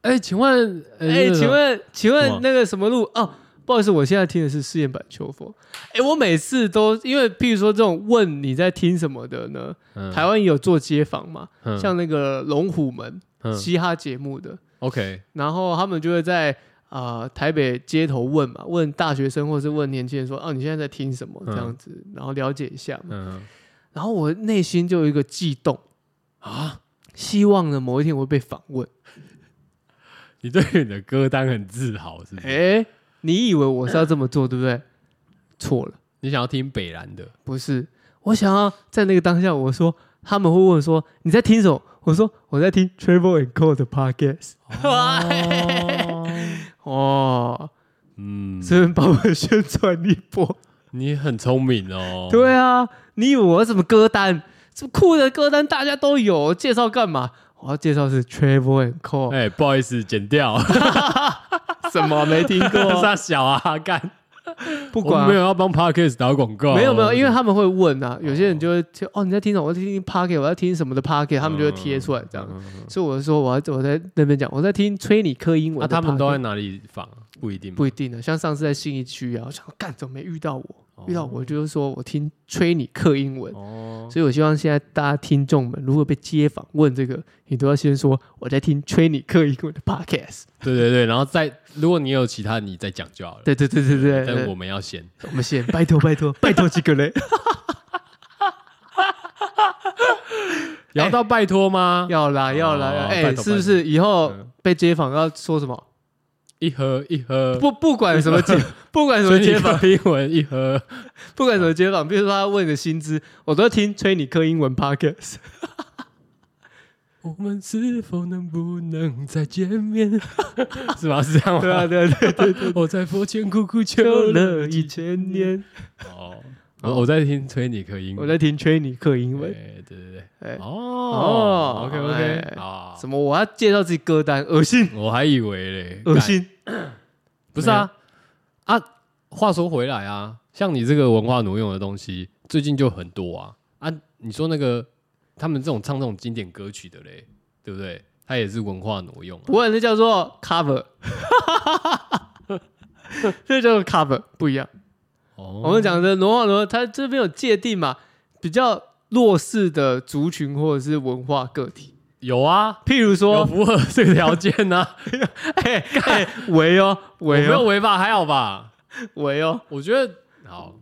[SPEAKER 1] 哎，请问，
[SPEAKER 2] 哎，请问，请
[SPEAKER 1] 哇
[SPEAKER 2] 问那个什么路？哦，不好意思，我现在听的是试验版求佛。哎，我每次都因为，譬如说这种问你在听什么的呢？
[SPEAKER 1] 嗯
[SPEAKER 2] 台湾也有做街访嘛，
[SPEAKER 1] 湾
[SPEAKER 2] 像那个龙虎门
[SPEAKER 1] 嗯
[SPEAKER 2] 嘻哈节目的，
[SPEAKER 1] OK，
[SPEAKER 2] 然后他们就会在啊台北街头问嘛，问大学生或是问年轻人说：“哦，你现在在听什么？”
[SPEAKER 1] 嗯
[SPEAKER 2] 这样子，然后了解一下嘛。
[SPEAKER 1] 嗯
[SPEAKER 2] 然后我内心就有一个悸动啊，希望呢某一天我会被访问。
[SPEAKER 1] 你对你的歌单很自豪，是不是？
[SPEAKER 2] 哎，你以为我是要这么做，对不对？错了。
[SPEAKER 1] 你想要听北兰 的，
[SPEAKER 2] 不是，我想要在那个当下，我说他们会问说你在听什么？我说我在听 Travel and Co 的 podcast。哦，
[SPEAKER 1] 嗯，
[SPEAKER 2] 顺便帮我宣传一波。
[SPEAKER 1] 你很聪明哦。
[SPEAKER 2] 对啊，你以为我什么歌单？这么酷的歌单大家都有，介绍干嘛？我要介绍是 Travel and Co。
[SPEAKER 1] 哎、不好意思，剪掉，
[SPEAKER 2] 什么没听过？
[SPEAKER 1] 傻小啊，干，
[SPEAKER 2] 不
[SPEAKER 1] 我
[SPEAKER 2] 管啊、
[SPEAKER 1] 们没有要帮 Parkes 打广告，
[SPEAKER 2] 没有没有，因为他们会问啊，有些人就会听哦，你在听什么？我在听 Pocket，我在听什么的 Pocket，他们就会贴出来这样。所以我就说我要我在那边讲，我在听崔尼克英文
[SPEAKER 1] 那、
[SPEAKER 2] 的 Pocket。
[SPEAKER 1] 他们都在哪里放？不一定吧，
[SPEAKER 2] 不一定啊的，像上次在信义区啊，我想说干怎么没遇到我？
[SPEAKER 1] 哦
[SPEAKER 2] 遇到我就是说我听崔尼克英文。
[SPEAKER 1] 哦，
[SPEAKER 2] 所以，我希望现在大家听众们，如果被街访问这个，你都要先说我在听崔尼克英文的 podcast。
[SPEAKER 1] 对对对，然后再，如果你有其他，你再讲就好了。
[SPEAKER 2] 对对对对对
[SPEAKER 1] 但
[SPEAKER 2] 对，哎
[SPEAKER 1] 我们要先，
[SPEAKER 2] 我们先拜托拜托拜托几个人，
[SPEAKER 1] 也要到拜托吗？
[SPEAKER 2] 要啦要啦，
[SPEAKER 1] 哦
[SPEAKER 2] 要哎、
[SPEAKER 1] 拜托
[SPEAKER 2] 是不是以后
[SPEAKER 1] 嗯
[SPEAKER 2] 被街访要说什么？
[SPEAKER 1] 一盒一盒，
[SPEAKER 2] 不不管什 么街，不管什么
[SPEAKER 1] 所以
[SPEAKER 2] 街
[SPEAKER 1] 你
[SPEAKER 2] 访，
[SPEAKER 1] 把英文一盒，
[SPEAKER 2] 不管什么街访，比如说他问你的薪资，我都听崔尼克英 文 podcast。
[SPEAKER 1] 我们是否能不能再见面？ 是吗？是这样吗？
[SPEAKER 2] 对啊，对啊对啊，
[SPEAKER 1] 我在佛前苦苦求
[SPEAKER 2] 求
[SPEAKER 1] 了。
[SPEAKER 2] 了一千年，
[SPEAKER 1] 哦，我我在听崔尼克英
[SPEAKER 2] 我
[SPEAKER 1] 文，
[SPEAKER 2] 在听崔尼克英文。
[SPEAKER 1] 对对对对，
[SPEAKER 2] 哎，
[SPEAKER 1] 哦
[SPEAKER 2] 哦
[SPEAKER 1] ，OK OK，
[SPEAKER 2] 哎
[SPEAKER 1] 啊，
[SPEAKER 2] 什么？我要介绍自己歌单，恶心，
[SPEAKER 1] 我还以为嘞，
[SPEAKER 2] 恶
[SPEAKER 1] 干，
[SPEAKER 2] 心。
[SPEAKER 1] 不是啊啊！话说回来啊，像你这个文化挪用的东西，最近就很多啊啊！你说那个他们这种唱这种经典歌曲的嘞，对不对？它也是文化挪用啊、
[SPEAKER 2] 不过那叫做 cover，这叫做 cover，不一样。
[SPEAKER 1] 哦
[SPEAKER 2] 我们讲的挪化挪，它这边有界定嘛，比较弱势的族群或者是文化个体，
[SPEAKER 1] 有啊，
[SPEAKER 2] 譬如
[SPEAKER 1] 有
[SPEAKER 2] 说，
[SPEAKER 1] 符合这个条件呐、啊，
[SPEAKER 2] 哎哎，喂哦，
[SPEAKER 1] 我没
[SPEAKER 2] 喂
[SPEAKER 1] 有
[SPEAKER 2] 哦，
[SPEAKER 1] 违法，还好吧？
[SPEAKER 2] 喂哦，
[SPEAKER 1] 我觉得好，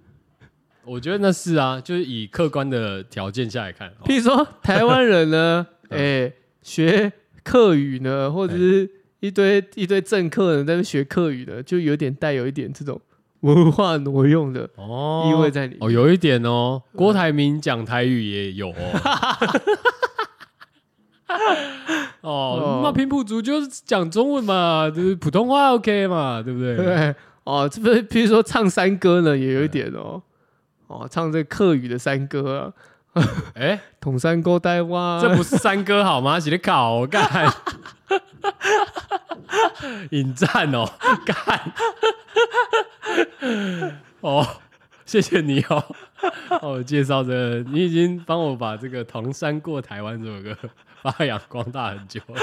[SPEAKER 1] 我觉得那是啊，就是以客观的条件下来看，哦
[SPEAKER 2] 譬如说台湾 人呢，
[SPEAKER 1] 嗯
[SPEAKER 2] 哎、学客语呢，或者是
[SPEAKER 1] 哎
[SPEAKER 2] 一堆一堆政客呢在那边学客语呢，就有点带有一点这 种文化挪用的
[SPEAKER 1] 哦
[SPEAKER 2] 意味在里面。
[SPEAKER 1] 哦，有一点哦，郭台铭讲台语也有哦。哦
[SPEAKER 2] 哦，
[SPEAKER 1] 那平埔族就是讲中文嘛，就是普通话 OK 嘛，对不 对？
[SPEAKER 2] 对哦，这不是譬如说唱山歌呢，也有一点
[SPEAKER 1] 嗯
[SPEAKER 2] 哦，哦，唱这客语的山歌啊，
[SPEAKER 1] 哎，
[SPEAKER 2] 统山沟带哇，
[SPEAKER 1] 这不是三哥好吗？写的考干， 引战哦，干， 哦，谢谢你哦，哦，介绍的你已经帮我把这个《唐山过台湾》这首歌 发扬光大很久 了。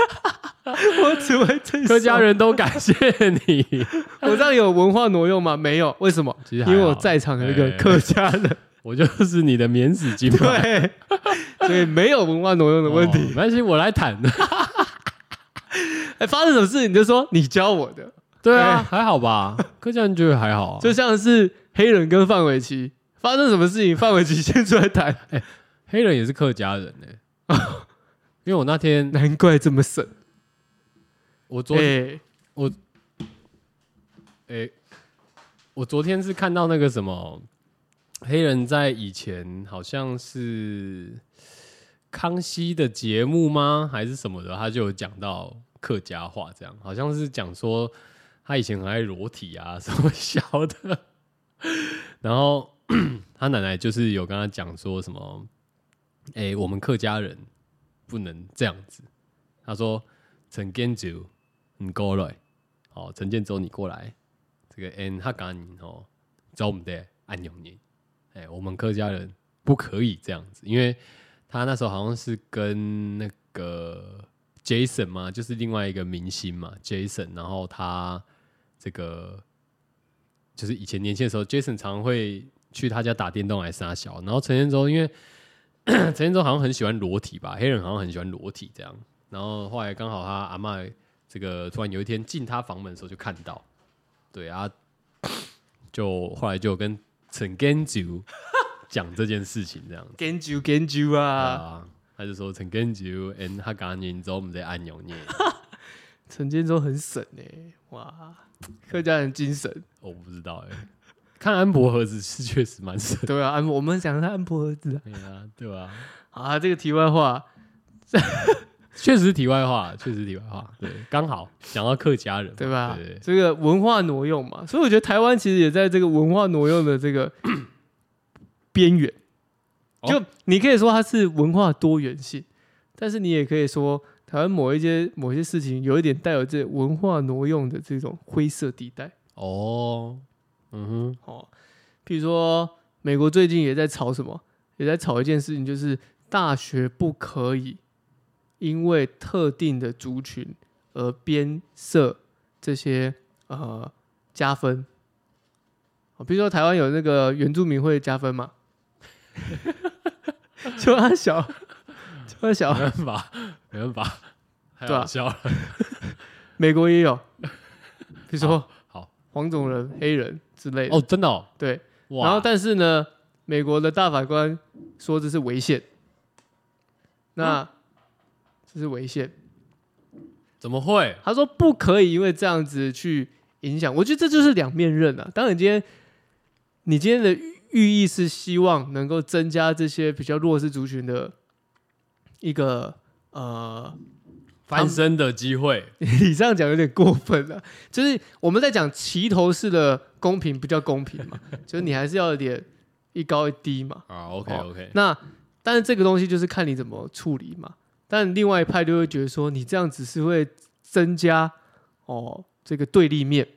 [SPEAKER 2] 我只会这首
[SPEAKER 1] 客家，人都感谢你。
[SPEAKER 2] 我这样有文化挪用吗？没有，为什么？
[SPEAKER 1] 其实
[SPEAKER 2] 因
[SPEAKER 1] 还好
[SPEAKER 2] 为我在场的那个
[SPEAKER 1] 哎
[SPEAKER 2] 客家 人，
[SPEAKER 1] 我就是你的免死金牌
[SPEAKER 2] 对，所以没有文化挪用的问
[SPEAKER 1] 哦
[SPEAKER 2] 题
[SPEAKER 1] 没。关系，我来谈。
[SPEAKER 2] 哎，发生什么事你就说你教我的，
[SPEAKER 1] 对啊，还好吧？客家人觉得还好啊、
[SPEAKER 2] 就像是黑人跟范玮琪发生什么事情，范玮琪先出来谈，
[SPEAKER 1] 黑人也是客家人呢、因为我那天
[SPEAKER 2] 难怪这么省。
[SPEAKER 1] 我昨
[SPEAKER 2] 哎、
[SPEAKER 1] 天诶、我昨天是看到那个什么黑人在以前好像是康熙的节目吗？还是什么的，他就有讲到客家话，这样好像是讲说他以前很爱裸体啊，什么小的。然后 他奶奶就是有跟他讲说什么，哎、我们客家人不能这样子。他说：“陈建州，你过来，好，陈建州你过来，这个 N 哈干你哦，找我们的安永你，哎、我们客家人不可以这样子，因为他那时候好像是跟那个 Jason 嘛，就是另外一个明星嘛，Jason，然后他这个就是以前年轻的时候，Jason 常会去他家打电动来杀小，然后陈建州因为 陈建州好像很喜欢裸体吧，黑人好像很喜欢裸体这样，然后后来刚好他阿嬷这个突然有一天进他房门的时候就看到，对啊，就后来就跟陈建州讲这件事情这样子。
[SPEAKER 2] 跟酒跟酒啊！
[SPEAKER 1] 啊，他就说陈根九 and 他赶紧走，我们在按永念，
[SPEAKER 2] 陈建州很省哎、哇，客家人精神。
[SPEAKER 1] 我不知道哎、看安博盒子是确实蛮神
[SPEAKER 2] 对啊，安我们讲他安婆儿子啊
[SPEAKER 1] 的呀，对吧、
[SPEAKER 2] 啊。这个题外话，
[SPEAKER 1] 确实是题外话，确实是题外话，对，刚好讲到客家人嘛，
[SPEAKER 2] 对吧？
[SPEAKER 1] 对
[SPEAKER 2] 这个文化挪用嘛，所以我觉得台湾其实也在这个文化挪用的这 个边缘。
[SPEAKER 1] 哦
[SPEAKER 2] 就你可以说它是文化多元性，但是你也可以说台湾某一些某些事情有一点带有这文化挪用的这种灰色地带
[SPEAKER 1] 哦，嗯哼，
[SPEAKER 2] 哦。比如说，美国最近也在吵什么？也在吵一件事情，就是大学不可以因为特定的族群而编设这些呃加分。哦比如说台湾有那个原住民会加分嘛， 就他小，就他小，
[SPEAKER 1] 没办法，没办法，太
[SPEAKER 2] 对啊
[SPEAKER 1] 好笑了，
[SPEAKER 2] 美国也有，比如说
[SPEAKER 1] 好
[SPEAKER 2] 黄种人、黑人之类的。
[SPEAKER 1] 哦，真的、哦，
[SPEAKER 2] 对，
[SPEAKER 1] 哇，
[SPEAKER 2] 然后但是呢，美国的大法官说这是违宪，那、这是违宪。
[SPEAKER 1] 怎么会？
[SPEAKER 2] 他说不可以因为这样子去影响。我觉得这就是两面刃啊。当然，今天你今天的寓意是希望能够增加这些比较弱势族群的一个呃
[SPEAKER 1] 翻身的机会，
[SPEAKER 2] 你这样讲有点过分了、就是我们在讲齐头式的公平比较公平嘛，就是你还是要有点一高一低嘛。
[SPEAKER 1] 啊，OK
[SPEAKER 2] 哦
[SPEAKER 1] OK，
[SPEAKER 2] 那但是这个东西就是看你怎么处理嘛。但另外一派就会觉得说，你这样只是会增加哦这个对立面，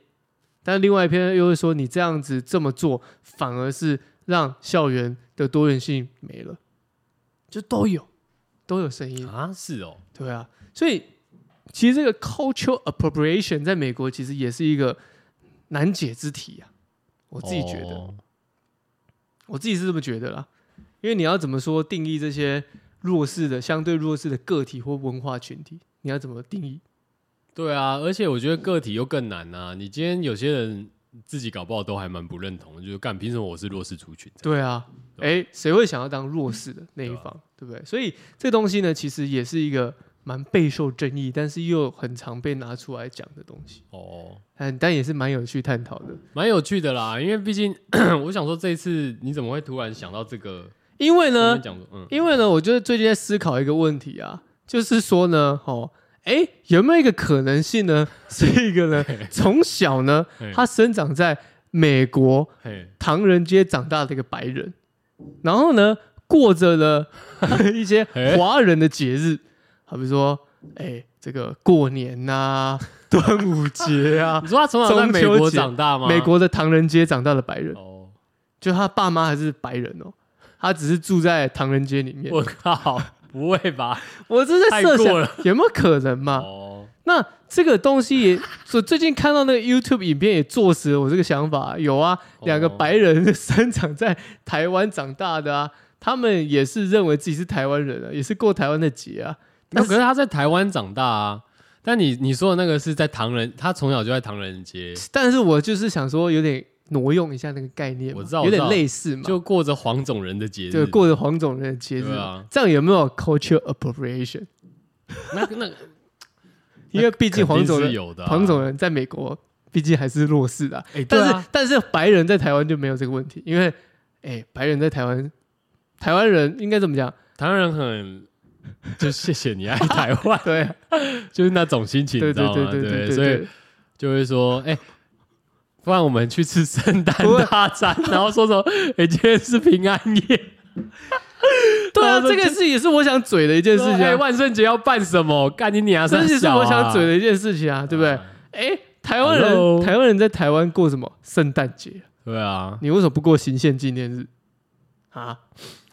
[SPEAKER 2] 但另外一边又会说，你这样子这么做反而是让校园的多元性没了，就都有都有声音。
[SPEAKER 1] 啊，是哦，
[SPEAKER 2] 对啊，所以其实这个 cultural appropriation 在美国其实也是一个难解之题啊，我
[SPEAKER 1] 我
[SPEAKER 2] 自己觉得，
[SPEAKER 1] 哦
[SPEAKER 2] 我自己是这么觉得啦，因为你要怎么说定义这些弱势的、相对弱势的个体或文化群体，你要怎么定义？
[SPEAKER 1] 对啊，而且我觉得个体又更难啊。你今天有些人自己搞不好都还蛮不认同，就是干凭什么我是弱势族群？
[SPEAKER 2] 对啊，
[SPEAKER 1] 对
[SPEAKER 2] 哎，谁会想要当弱势的那一方，对不对？所以这东西呢，其实也是一个蛮备受争议，但是又很常被拿出来讲的东西，嗯
[SPEAKER 1] 哦，
[SPEAKER 2] 但但也是蛮有趣探讨的。
[SPEAKER 1] 蛮有趣的啦，因为毕竟 我想说这一次你怎么会突然想到这个？
[SPEAKER 2] 因为
[SPEAKER 1] 刚
[SPEAKER 2] 呢
[SPEAKER 1] 刚，讲说嗯，
[SPEAKER 2] 因为呢，我就是最近在思考一个问题啊，就是说呢，哦，哎，有没有一个可能性呢？ 是一个呢，从小呢，
[SPEAKER 1] 嘿
[SPEAKER 2] 他生长在美国
[SPEAKER 1] 嘿，
[SPEAKER 2] 唐人街长大的一个白人，然后呢，过着呢 一些华人的节日，好比说，哎，这个过年呐、 端午节啊
[SPEAKER 1] 你，说他从小在美
[SPEAKER 2] 中秋
[SPEAKER 1] 国
[SPEAKER 2] 节
[SPEAKER 1] 长大吗？
[SPEAKER 2] 美国的唐人街长大的白人，
[SPEAKER 1] 哦，
[SPEAKER 2] 就他爸妈还是白人哦，他只是住在唐人街里面。
[SPEAKER 1] 我靠，不会吧？
[SPEAKER 2] 我这 在
[SPEAKER 1] 太
[SPEAKER 2] 设
[SPEAKER 1] 过
[SPEAKER 2] 想啊
[SPEAKER 1] 了
[SPEAKER 2] 有没有可能嘛？
[SPEAKER 1] 哦，
[SPEAKER 2] 那这个东西也， 我最近看到那个 YouTube 影片也坐实了我这个想法。有啊，
[SPEAKER 1] 哦
[SPEAKER 2] 两个白人生长在台湾长大的啊，他们也是认为自己是台湾人啊，也是过台湾的节啊。
[SPEAKER 1] 那
[SPEAKER 2] 但
[SPEAKER 1] 可是他在台湾长大啊。但你你说的那个是在唐人，他从小就在唐人街，
[SPEAKER 2] 但是我就是想说，有点挪用一下那个概念嘛，
[SPEAKER 1] 我知道
[SPEAKER 2] 有
[SPEAKER 1] 我
[SPEAKER 2] 点
[SPEAKER 1] 知道
[SPEAKER 2] 类似嘛，
[SPEAKER 1] 就过着黄种人的节日，
[SPEAKER 2] 就过着黄种人的节日
[SPEAKER 1] 对
[SPEAKER 2] 嘛，
[SPEAKER 1] 啊
[SPEAKER 2] 这样有没有 culture appropriation？
[SPEAKER 1] 那那
[SPEAKER 2] 因为毕竟黄种
[SPEAKER 1] 肯定
[SPEAKER 2] 人
[SPEAKER 1] 是有的啊
[SPEAKER 2] 黄种人在美国毕竟还是弱势的啊、
[SPEAKER 1] 哎，对
[SPEAKER 2] 但是、
[SPEAKER 1] 啊，
[SPEAKER 2] 但是白人在台湾就没有这个问题，因为哎、白人在台湾，台湾人应该怎么讲？
[SPEAKER 1] 台湾人很。就谢谢你爱台湾，
[SPEAKER 2] 对
[SPEAKER 1] 就是那种心情，
[SPEAKER 2] 对对
[SPEAKER 1] 你知道
[SPEAKER 2] 对
[SPEAKER 1] 吗？
[SPEAKER 2] 对
[SPEAKER 1] 啊对
[SPEAKER 2] 对
[SPEAKER 1] 所以
[SPEAKER 2] 对，
[SPEAKER 1] 就会说，哎、不然我们去吃圣诞
[SPEAKER 2] 不会
[SPEAKER 1] 大餐，然后说什么，哎、今天是平安 夜，
[SPEAKER 2] 对啊，
[SPEAKER 1] 然后
[SPEAKER 2] 这
[SPEAKER 1] 说
[SPEAKER 2] 个事情也是我想嘴的一件事
[SPEAKER 1] 说
[SPEAKER 2] 情
[SPEAKER 1] 哎、
[SPEAKER 2] 啊，
[SPEAKER 1] 万圣节要办什么？干你娘！啊
[SPEAKER 2] 这也是我想嘴
[SPEAKER 1] 的，
[SPEAKER 2] 的一件事情啊，对不对？哎，台湾
[SPEAKER 1] Hello
[SPEAKER 2] 人，台湾人在台湾过什么圣诞节？
[SPEAKER 1] 对啊，
[SPEAKER 2] 你为什么不过行宪纪念日啊？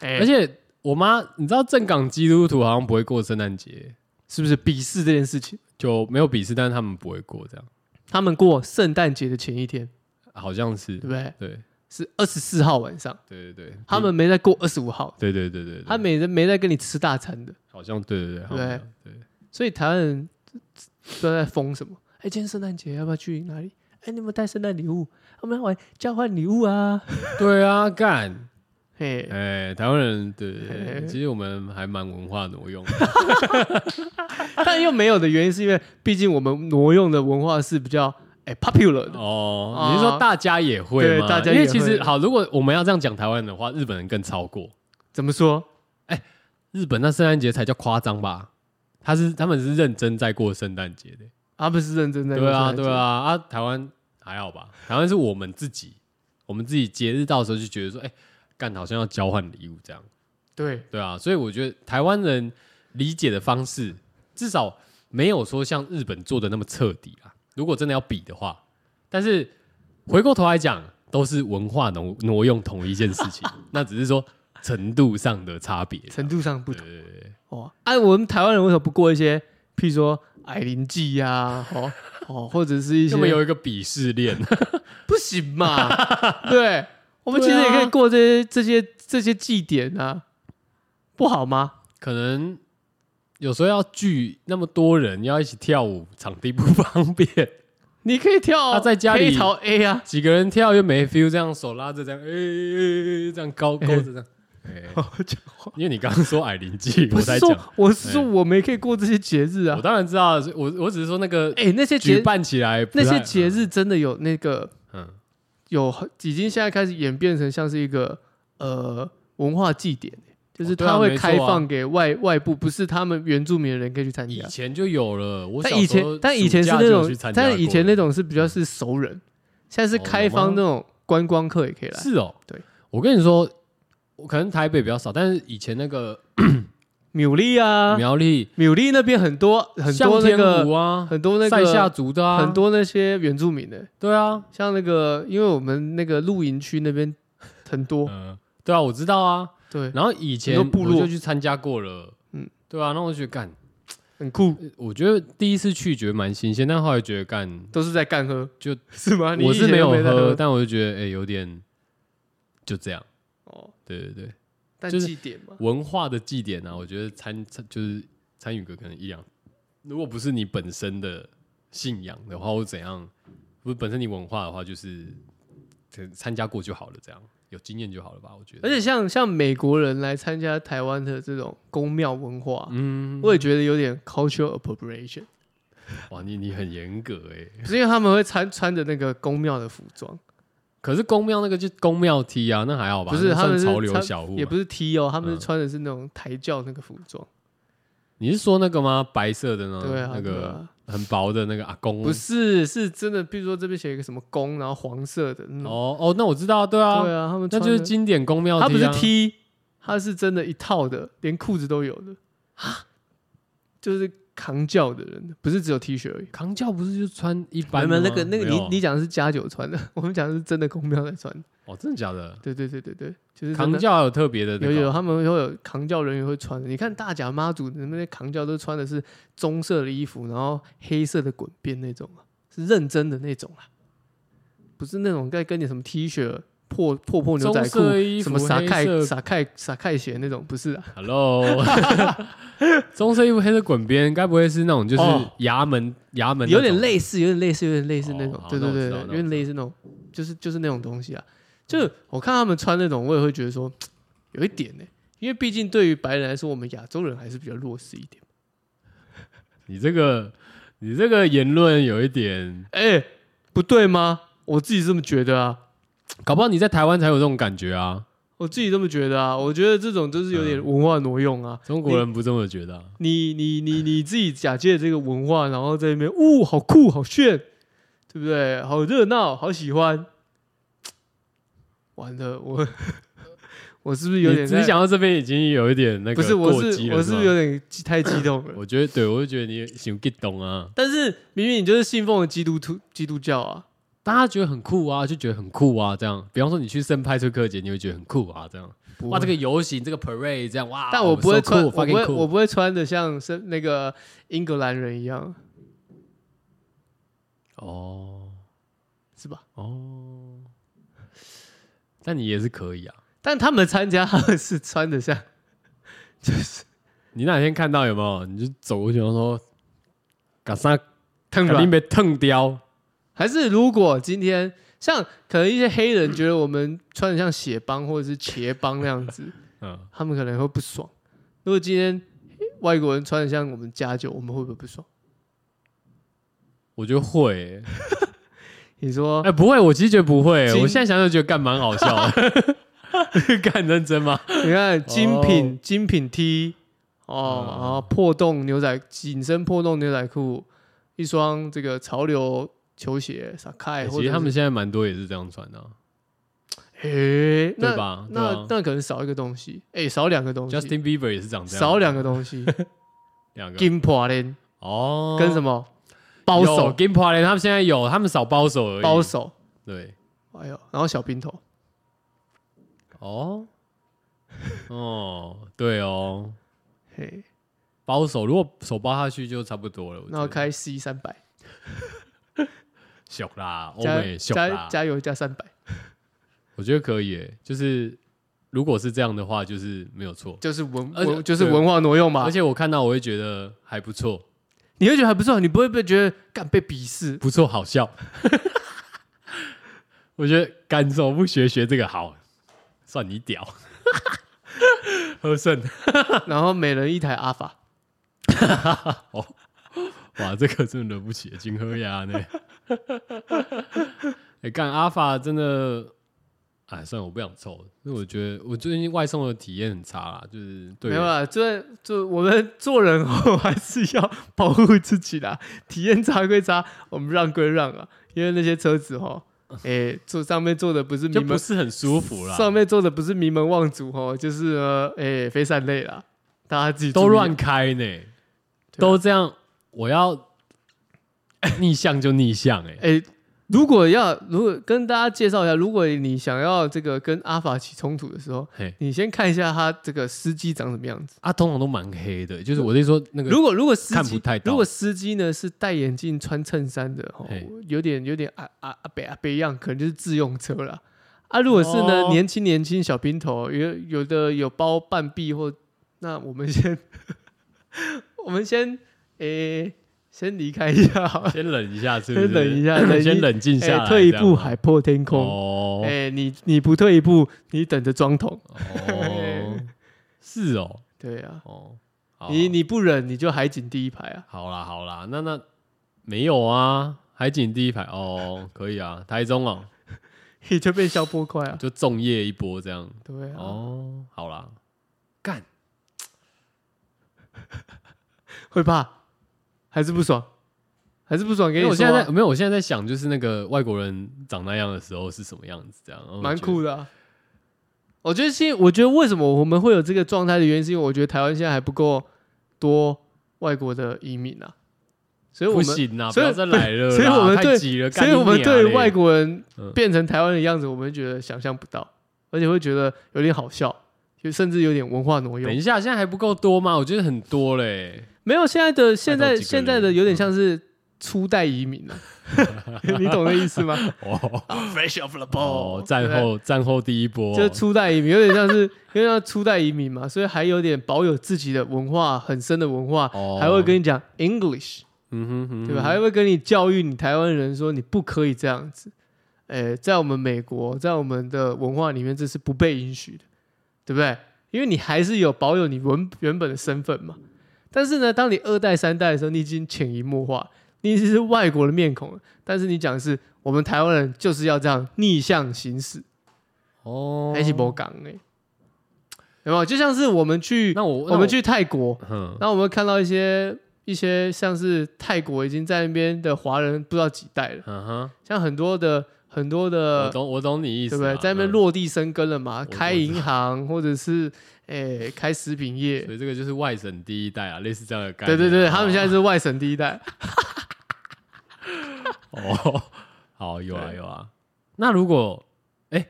[SPEAKER 2] 哎
[SPEAKER 1] 而且我妈，你知道正港基督徒好像不会过圣诞节，
[SPEAKER 2] 是不是鄙视这件事情？
[SPEAKER 1] 就没有鄙视，但是他们不会过，这样
[SPEAKER 2] 他们过圣诞节的前一天，
[SPEAKER 1] 好像是
[SPEAKER 2] 对不对？
[SPEAKER 1] 对
[SPEAKER 2] 是二十四号晚上，
[SPEAKER 1] 对对对，
[SPEAKER 2] 他们没在过二十五号，
[SPEAKER 1] 对对对对，对
[SPEAKER 2] 他每人没在跟你吃大餐的，
[SPEAKER 1] 好像对对对好像
[SPEAKER 2] 对
[SPEAKER 1] 对
[SPEAKER 2] 所以台湾人都在疯什么？哎，今天圣诞节要不要去哪里？哎，你有没有带圣诞礼物？我们要玩交换礼物啊！
[SPEAKER 1] 对啊，干。
[SPEAKER 2] 嘿，
[SPEAKER 1] 哎、台湾人对对对
[SPEAKER 2] 哎
[SPEAKER 1] 其实我们还蛮文化挪用的，
[SPEAKER 2] 但又没有的原因是因为，毕竟我们挪用的文化是比较哎 popular 的，
[SPEAKER 1] 哦。你是说大家也会吗？
[SPEAKER 2] 对大家
[SPEAKER 1] 因
[SPEAKER 2] 也
[SPEAKER 1] 为其实
[SPEAKER 2] 会
[SPEAKER 1] 好，如果我们要这样讲台湾的话，日本人更超过。
[SPEAKER 2] 怎么说？
[SPEAKER 1] 日本那圣诞节才叫夸张吧？他是他们是认真在过圣诞节的。
[SPEAKER 2] 啊，不是认真在过
[SPEAKER 1] 对啊，
[SPEAKER 2] 圣诞节
[SPEAKER 1] 对啊，，啊，台湾还好吧？台湾是我们自己，我们自己节日到的时候就觉得说，哎、干好像要交换礼物这样。
[SPEAKER 2] 对，
[SPEAKER 1] 对啊，所以我觉得台湾人理解的方式，至少没有说像日本做的那么彻底啦。如果真的要比的话，但是回过头来讲，都是文化挪挪用同一件事 情，那只是说程度上的差别。啊
[SPEAKER 2] 程度上不同。
[SPEAKER 1] 对对对
[SPEAKER 2] 哦，哎、我们台湾人为什么不过一些，譬如说矮灵祭呀、哦哦，或 者是一些
[SPEAKER 1] 根本有一个鄙视链，
[SPEAKER 2] 不行嘛？ 对，我们其实
[SPEAKER 1] 对啊
[SPEAKER 2] 也可以过这些、这些这些祭典啊，不好吗？
[SPEAKER 1] 可能有时候要聚那么多人要一起跳舞，场地不方便，
[SPEAKER 2] 你可以跳、
[SPEAKER 1] 他啊在家里
[SPEAKER 2] 黑桃 A 啊，
[SPEAKER 1] 几个人跳又没 feel，这样手拉着这样，哎、哎哎这样高勾着这样。哎
[SPEAKER 2] 讲话
[SPEAKER 1] 因为你刚刚说矮灵祭，
[SPEAKER 2] 不
[SPEAKER 1] 我
[SPEAKER 2] 是
[SPEAKER 1] 才
[SPEAKER 2] 说
[SPEAKER 1] 讲，哎
[SPEAKER 2] 我是说我们也可以过这些节日啊
[SPEAKER 1] 我。当然知道，我我只是说那个
[SPEAKER 2] 哎、那些
[SPEAKER 1] 举
[SPEAKER 2] 节
[SPEAKER 1] 办起来不
[SPEAKER 2] 那
[SPEAKER 1] 太
[SPEAKER 2] 些节，日真的有那个
[SPEAKER 1] 嗯，
[SPEAKER 2] 有已经现在开始演变成像是一个呃文化祭典，就是
[SPEAKER 1] 哦对啊
[SPEAKER 2] 它会
[SPEAKER 1] 没错啊
[SPEAKER 2] 开放给外、外部，不是他们原住民的人可以去参
[SPEAKER 1] 嗯以
[SPEAKER 2] 加。
[SPEAKER 1] 前就有了。我
[SPEAKER 2] 啊但
[SPEAKER 1] 小
[SPEAKER 2] 以
[SPEAKER 1] 时候
[SPEAKER 2] 前但以前是那
[SPEAKER 1] 暑假就有去
[SPEAKER 2] 种
[SPEAKER 1] 参，加
[SPEAKER 2] 但以前那
[SPEAKER 1] 过
[SPEAKER 2] 种是比较是熟人，现在
[SPEAKER 1] 哦
[SPEAKER 2] 是开
[SPEAKER 1] 有吗
[SPEAKER 2] 放那种观光客也可以来。
[SPEAKER 1] 是哦，
[SPEAKER 2] 对，
[SPEAKER 1] 我跟你说，我可能台北比较少，但是以前那个
[SPEAKER 2] 苗栗啊，
[SPEAKER 1] 苗栗
[SPEAKER 2] 苗栗那边很多很
[SPEAKER 1] 向
[SPEAKER 2] 多那
[SPEAKER 1] 天
[SPEAKER 2] 个
[SPEAKER 1] 舞啊，
[SPEAKER 2] 很多那
[SPEAKER 1] 塞夏
[SPEAKER 2] 个
[SPEAKER 1] 族的啊，
[SPEAKER 2] 很多那些原住民的，
[SPEAKER 1] 对啊，
[SPEAKER 2] 像那个因为我们那个露营区那边很 多，
[SPEAKER 1] 嗯，对啊，我知道啊。
[SPEAKER 2] 对，
[SPEAKER 1] 然后以前
[SPEAKER 2] 很多部落
[SPEAKER 1] 我就去参加过了，嗯
[SPEAKER 2] 嗯，
[SPEAKER 1] 对啊，那我就觉得干，
[SPEAKER 2] 很酷，
[SPEAKER 1] 我觉得第一次去觉得蛮新鲜，但后来觉得干
[SPEAKER 2] 都是在干喝，
[SPEAKER 1] 就是
[SPEAKER 2] 吗？啊你
[SPEAKER 1] 我
[SPEAKER 2] 以
[SPEAKER 1] 是
[SPEAKER 2] 前
[SPEAKER 1] 没有
[SPEAKER 2] 都没在
[SPEAKER 1] 喝，但我就觉得哎、欸有点就这样。
[SPEAKER 2] 哦，
[SPEAKER 1] 对对对，
[SPEAKER 2] 但
[SPEAKER 1] 就是
[SPEAKER 2] 祭典嘛，
[SPEAKER 1] 文化的祭典啊，我觉得参参就是参与个可能一两，如果不是你本身的信仰的话，或怎样，不是本身你文化的话，就是呃参加过就好了，这样有经验就好了吧？我觉得，
[SPEAKER 2] 而且像像美国人来参加台湾的这种宫庙文化，
[SPEAKER 1] 嗯，
[SPEAKER 2] 我也觉得有点 cultural appropriation。
[SPEAKER 1] 哇，你你很严格哎、
[SPEAKER 2] 不是因为他们会穿穿着那个宫庙的服装，
[SPEAKER 1] 可是宫庙那个就宫庙梯啊，那还好吧？
[SPEAKER 2] 不是
[SPEAKER 1] 那
[SPEAKER 2] 他们
[SPEAKER 1] 算
[SPEAKER 2] 是
[SPEAKER 1] 潮流
[SPEAKER 2] 穿
[SPEAKER 1] 小物嘛，
[SPEAKER 2] 也不是 T 哦，他
[SPEAKER 1] 嗯
[SPEAKER 2] 们是穿的是那种抬轿那个服装，
[SPEAKER 1] 你是说那个吗？白色的呢？
[SPEAKER 2] 对啊，
[SPEAKER 1] 嗯那
[SPEAKER 2] 对
[SPEAKER 1] 个
[SPEAKER 2] 啊
[SPEAKER 1] 很薄的那个阿公，
[SPEAKER 2] 不是是真的，比如说这边写一个什么宫，然后黄色的那种，
[SPEAKER 1] 哦哦，那我知道，对啊，
[SPEAKER 2] 嗯对啊，他们
[SPEAKER 1] 那
[SPEAKER 2] 穿
[SPEAKER 1] 就是
[SPEAKER 2] 的
[SPEAKER 1] 经典宫庙、啊，
[SPEAKER 2] 他不是 T，他是真的一套的，连裤子都有的，就是扛轿的人，不是只有 T 恤而已。
[SPEAKER 1] 扛轿，不是就穿一
[SPEAKER 2] 没
[SPEAKER 1] 般
[SPEAKER 2] 有
[SPEAKER 1] 的
[SPEAKER 2] 没
[SPEAKER 1] 吗？
[SPEAKER 2] 有那个那个
[SPEAKER 1] 没
[SPEAKER 2] 你
[SPEAKER 1] 有
[SPEAKER 2] 你讲的是加九穿的， 我们讲的是真的公庙在穿的。
[SPEAKER 1] 哦，真的假的？
[SPEAKER 2] 对对对对对，就是真
[SPEAKER 1] 扛
[SPEAKER 2] 的
[SPEAKER 1] 轿还有特别的、那
[SPEAKER 2] 有
[SPEAKER 1] 个
[SPEAKER 2] 有，他们会有扛轿人员会穿的。你看大甲妈祖的那些扛轿都穿的是棕色的衣服，然后黑色的滚边那种啊，是认真的那种啊，不是那种在跟你什么 T 恤、破破破牛仔
[SPEAKER 1] 棕
[SPEAKER 2] 裤、
[SPEAKER 1] 色衣服，
[SPEAKER 2] 什么撒
[SPEAKER 1] 黑
[SPEAKER 2] 开
[SPEAKER 1] 色
[SPEAKER 2] 撒开撒开鞋那种，不是啊？
[SPEAKER 1] Hello，棕色衣服，黑色滚边，该不会是那种就是
[SPEAKER 2] 哦
[SPEAKER 1] 衙门、衙门那种
[SPEAKER 2] 有点类似，有点类似，有点类似那种，
[SPEAKER 1] 哦好
[SPEAKER 2] 对
[SPEAKER 1] 那
[SPEAKER 2] 对
[SPEAKER 1] 我
[SPEAKER 2] 对，
[SPEAKER 1] 知道
[SPEAKER 2] 对
[SPEAKER 1] 那我
[SPEAKER 2] 有点类似那种，就是就是那种东西啊。就是我看他们穿那种，我也会觉得说有一点呢、因为毕竟对于白人来说，我们亚洲人还是比较弱势一点。
[SPEAKER 1] 你这个你这个言论有一点，
[SPEAKER 2] 哎、不对吗？我自己这么觉得啊，
[SPEAKER 1] 搞不好你在台湾才有这种感觉啊，
[SPEAKER 2] 我自己这么觉得啊，我觉得这种就是
[SPEAKER 1] 嗯
[SPEAKER 2] 有点文化挪用啊。
[SPEAKER 1] 中国人不这么觉得啊、
[SPEAKER 2] 你你你你自己假借这个文化，然后在那边，呜、好酷好炫，对不对？好热闹，好喜欢。完了，我 我是不是有点
[SPEAKER 1] 你
[SPEAKER 2] 在
[SPEAKER 1] 你想到这边已经有一点那个
[SPEAKER 2] 不是，我
[SPEAKER 1] 过
[SPEAKER 2] 是
[SPEAKER 1] 激了
[SPEAKER 2] 我是不
[SPEAKER 1] 吗
[SPEAKER 2] 是有点激太激动了？
[SPEAKER 1] 我觉得对，我就觉得你想 get 懂啊，
[SPEAKER 2] 但是明明你就是信奉基督徒基督教啊，
[SPEAKER 1] 大家觉得很酷啊，就觉得很酷啊，这样。比方说你去圣派对克节，你会觉得很酷啊，这样。
[SPEAKER 2] 不
[SPEAKER 1] 哇，
[SPEAKER 2] 会
[SPEAKER 1] 这个游行，这个 parade 这样哇，
[SPEAKER 2] 但我不会
[SPEAKER 1] so cool,
[SPEAKER 2] 穿，我不会
[SPEAKER 1] fucking
[SPEAKER 2] 我
[SPEAKER 1] cool。
[SPEAKER 2] 不会穿的像是那个英格兰人一样，
[SPEAKER 1] 哦
[SPEAKER 2] 是吧？
[SPEAKER 1] 哦，但你也是可以啊。
[SPEAKER 2] 但他们参加，他们是穿的像，就是
[SPEAKER 1] 你哪天看到有没有？你就走过去然后说，嘎啥，
[SPEAKER 2] 腾
[SPEAKER 1] 肯定被烫掉。
[SPEAKER 2] 还是如果今天像可能一些黑人觉得我们穿的像血帮或者是茄帮那样子，
[SPEAKER 1] 嗯，
[SPEAKER 2] 他们可能会不爽。如果今天外国人穿的像我们家酒，我们会不会不爽？
[SPEAKER 1] 我觉得会欸、
[SPEAKER 2] 你说
[SPEAKER 1] 哎、不会，我其实觉得不会、
[SPEAKER 2] 金
[SPEAKER 1] 我现在想想觉得干蛮好笑 的，干认真吗？
[SPEAKER 2] 你看精品、
[SPEAKER 1] 哦
[SPEAKER 2] 精品 T，哦，
[SPEAKER 1] 嗯
[SPEAKER 2] 然后破洞牛仔紧身破洞牛仔裤，一双这个潮流球鞋 Sakai，、或哎
[SPEAKER 1] 哎其
[SPEAKER 2] 者
[SPEAKER 1] 实他们
[SPEAKER 2] 是
[SPEAKER 1] 现在蛮多也是这样穿的啊、
[SPEAKER 2] 诶、那
[SPEAKER 1] 对吧
[SPEAKER 2] 那、
[SPEAKER 1] 对啊
[SPEAKER 2] 那可能少一个东西，诶、少两个东西
[SPEAKER 1] Justin Bieber 也是长这样，啊
[SPEAKER 2] 少两个东 西
[SPEAKER 1] 两个
[SPEAKER 2] 金破链
[SPEAKER 1] 哦，
[SPEAKER 2] 跟什
[SPEAKER 1] 么
[SPEAKER 2] 么包手
[SPEAKER 1] Game Party，他们现在有，他们少包手而已。
[SPEAKER 2] 包手，
[SPEAKER 1] 对
[SPEAKER 2] 哎呦，然后小平头，
[SPEAKER 1] 哦哦对哦，
[SPEAKER 2] 嘿，
[SPEAKER 1] 包手如果手包下去就差不多了。我觉
[SPEAKER 2] 然后
[SPEAKER 1] 得
[SPEAKER 2] 开 C 三百，
[SPEAKER 1] 小啦，欧
[SPEAKER 2] 加
[SPEAKER 1] 美小
[SPEAKER 2] 加
[SPEAKER 1] 啦，
[SPEAKER 2] 加油加三百，
[SPEAKER 1] 我觉得可以耶，就是如果是这样的话，就是没有错。
[SPEAKER 2] 就是文
[SPEAKER 1] 而且
[SPEAKER 2] 文就是
[SPEAKER 1] 对
[SPEAKER 2] 文化挪用嘛
[SPEAKER 1] 而，且我看到我会觉得还不错，
[SPEAKER 2] 你会觉得还不错，你不会被觉得干被 鄙视，
[SPEAKER 1] 不错，好笑。我觉得干手不学学这个好，算你屌。 喝剩
[SPEAKER 2] 然后每人一台阿法。
[SPEAKER 1] 哇，这个真的惹不起，金喝呀呢。哎、干阿法真的，哎，算了，我不想凑了，因为我觉得我最近外送的体验很差啦，就是对
[SPEAKER 2] 没有啊啦，这这我们做人后还是要保护自己啦。 体验差归差，我们让归让啊，因为那些车子 哈，诶、坐上面坐的不是
[SPEAKER 1] 就
[SPEAKER 2] 名
[SPEAKER 1] 不
[SPEAKER 2] 门，
[SPEAKER 1] 是很舒服啦，
[SPEAKER 2] 上面坐的不是名门望族哈，就是呃，诶、非善类啦，大家自己注意啊
[SPEAKER 1] 都乱，开呢，都这样，我要逆向就逆向哎、
[SPEAKER 2] 诶、如果要如果跟大家介绍一下，如果你想要这个跟阿法起冲突的时候，
[SPEAKER 1] 嘿，
[SPEAKER 2] 你先看一下他这个司机长什么样子。
[SPEAKER 1] 啊，通常都蛮黑的，就是我是说那个
[SPEAKER 2] 如果如果司
[SPEAKER 1] 看
[SPEAKER 2] 机
[SPEAKER 1] 不太到
[SPEAKER 2] 如果司机呢是戴眼镜、穿衬衫的，哦
[SPEAKER 1] 嘿，
[SPEAKER 2] 有点有点啊啊啊北啊北样，可能就是自用车啦。啊，如果是呢、
[SPEAKER 1] 哦
[SPEAKER 2] 年轻年轻小平头，有有的有包半臂或那我们先 我们先诶、先离开一下好 了，
[SPEAKER 1] 先冷一下，是不是？
[SPEAKER 2] 先冷一下冷一
[SPEAKER 1] 先冷静下
[SPEAKER 2] 诶、
[SPEAKER 1] 来、
[SPEAKER 2] 退一
[SPEAKER 1] 这样
[SPEAKER 2] 步海阔天空。哎
[SPEAKER 1] 哦
[SPEAKER 2] 诶、你你不退一步，你等着装桶。
[SPEAKER 1] 哦，是哦
[SPEAKER 2] 对啊，
[SPEAKER 1] 哦，好
[SPEAKER 2] 你你不忍你就海景第一排啊。
[SPEAKER 1] 好啦好啦，那那没有啊，海景第一排哦，可以啊， 台中哦，
[SPEAKER 2] 你就变消波块啊，
[SPEAKER 1] 就粽叶一波这样
[SPEAKER 2] 对啊，
[SPEAKER 1] 哦，好啦，
[SPEAKER 2] 会怕，还是不爽，还是不爽
[SPEAKER 1] 因
[SPEAKER 2] 给
[SPEAKER 1] 为
[SPEAKER 2] 你
[SPEAKER 1] 我
[SPEAKER 2] 说
[SPEAKER 1] 现在在
[SPEAKER 2] 啊，
[SPEAKER 1] 没有，我现在在想就是那个外国人长那样的时候是什么样子，这样然后我
[SPEAKER 2] 蛮
[SPEAKER 1] 觉得
[SPEAKER 2] 酷的啊、我觉得现在，我觉得为什么我们会有这个状态的原因，是因为我觉得台湾现在还不够多外国的移民啊，所以我
[SPEAKER 1] 不
[SPEAKER 2] 们，
[SPEAKER 1] 行啊，不
[SPEAKER 2] 所以
[SPEAKER 1] 要再来了啦，
[SPEAKER 2] 所以我们
[SPEAKER 1] 太
[SPEAKER 2] 对
[SPEAKER 1] 急了，
[SPEAKER 2] 所
[SPEAKER 1] 干
[SPEAKER 2] 以
[SPEAKER 1] 你
[SPEAKER 2] 我们
[SPEAKER 1] 娘
[SPEAKER 2] 对
[SPEAKER 1] 嘞
[SPEAKER 2] 外国人
[SPEAKER 1] 嗯
[SPEAKER 2] 变成台湾的样子，我们觉得想象不到，而且会觉得有点好笑，就甚至有点文化挪
[SPEAKER 1] 等
[SPEAKER 2] 用
[SPEAKER 1] 一。下，现在还不够多吗？我觉得很多 嘞，
[SPEAKER 2] 没有现在的现
[SPEAKER 1] 还
[SPEAKER 2] 在
[SPEAKER 1] 有几个
[SPEAKER 2] 现在的
[SPEAKER 1] 人
[SPEAKER 2] 有点像是初代移民 啊， 你懂那意思吗？
[SPEAKER 1] 哦
[SPEAKER 4] 啊 Fresh off the
[SPEAKER 1] 哦，
[SPEAKER 4] boat，
[SPEAKER 1] 战后战后第一波，
[SPEAKER 2] 就是初代移民，有点像是 有点像初代移民嘛，所以还有点保有自己的文化，很深的文化，
[SPEAKER 1] 哦
[SPEAKER 2] 还会跟你讲 English，
[SPEAKER 1] 嗯哼哼，
[SPEAKER 2] 对吧？还会跟你教育你台湾人说你不可以这样子。诶，在我们美国，在我们的文化里面，这是不被允许的，对不对？因为你还是有保有你文原本的身份嘛。但是呢，当你二代、三代的时候，你已经潜移默化，你已经是外国的面孔了。但是你讲的是我们台湾人就是要这样逆向行驶，
[SPEAKER 1] 哦，
[SPEAKER 2] 还是不港哎，有没有？就像是我们去，
[SPEAKER 1] 那我
[SPEAKER 2] 我们，去泰国，
[SPEAKER 1] 那我嗯，
[SPEAKER 2] 然后我们看到一些一些像是泰国已经在那边的华人不知道几代了，
[SPEAKER 1] 嗯哼，
[SPEAKER 2] 像很多的很多
[SPEAKER 1] 我
[SPEAKER 2] 的，
[SPEAKER 1] 懂我懂你意思
[SPEAKER 2] 呃对
[SPEAKER 1] 啊，
[SPEAKER 2] 不对？在那边
[SPEAKER 1] 嗯，
[SPEAKER 2] 落地生根了嘛，
[SPEAKER 1] 懂
[SPEAKER 2] 开银行或者是诶、开食品业，
[SPEAKER 1] 所以这个就是外省第一代啊，类似这样的概
[SPEAKER 2] 对
[SPEAKER 1] 念。
[SPEAKER 2] 对对，他们现
[SPEAKER 1] 在
[SPEAKER 2] 在是外省第一代。
[SPEAKER 1] 哦， 好有啊
[SPEAKER 2] 对
[SPEAKER 1] 有啊。那如果哎、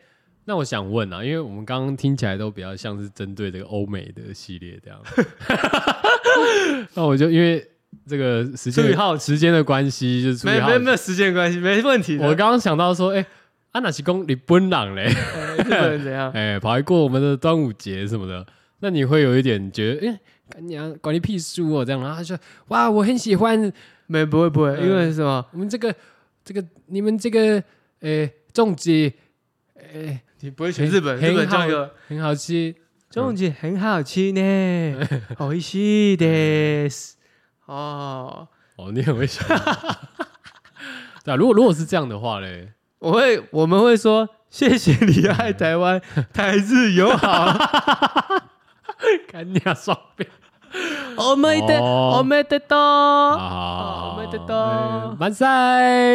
[SPEAKER 1] 那我想问啊，因为我们刚刚听起来都比较像是针对这个欧美的系列这样， 那我就因为这个时
[SPEAKER 2] 出于
[SPEAKER 1] 间
[SPEAKER 2] 好奇
[SPEAKER 1] 时间的关系，就是出于
[SPEAKER 2] 没
[SPEAKER 1] 好
[SPEAKER 2] 没
[SPEAKER 1] 奇
[SPEAKER 2] 没有时间关系，没问题的。
[SPEAKER 1] 我刚刚想到说，哎、啊哪是公你本朗嘞？
[SPEAKER 2] 呃日本人怎 样？
[SPEAKER 1] 哎、跑来过我们的端午节什么的，那你会有一点觉得，哎、干你啊，管你屁事哦，这样，然后他说，哇，我很喜欢
[SPEAKER 2] 没不会不会，
[SPEAKER 1] 嗯
[SPEAKER 2] 因为什么？
[SPEAKER 1] 我们这个这个你们这个，哎、粽子，哎、
[SPEAKER 2] 你不会学日本，
[SPEAKER 1] 很
[SPEAKER 2] 日本
[SPEAKER 1] 好
[SPEAKER 2] 叫一个
[SPEAKER 1] 很好吃，
[SPEAKER 2] 粽子很好吃呢，好吃的。哦，
[SPEAKER 1] 哦，你很会想， 对啊，如果如果是这样的话嘞，
[SPEAKER 2] 我会我们会说谢谢你爱台湾，台日友好。
[SPEAKER 1] 干你啊，双倍，
[SPEAKER 2] 我们的
[SPEAKER 1] 哦
[SPEAKER 2] 我们的多，
[SPEAKER 1] 好
[SPEAKER 2] 我们的都
[SPEAKER 1] 啊哎满塞，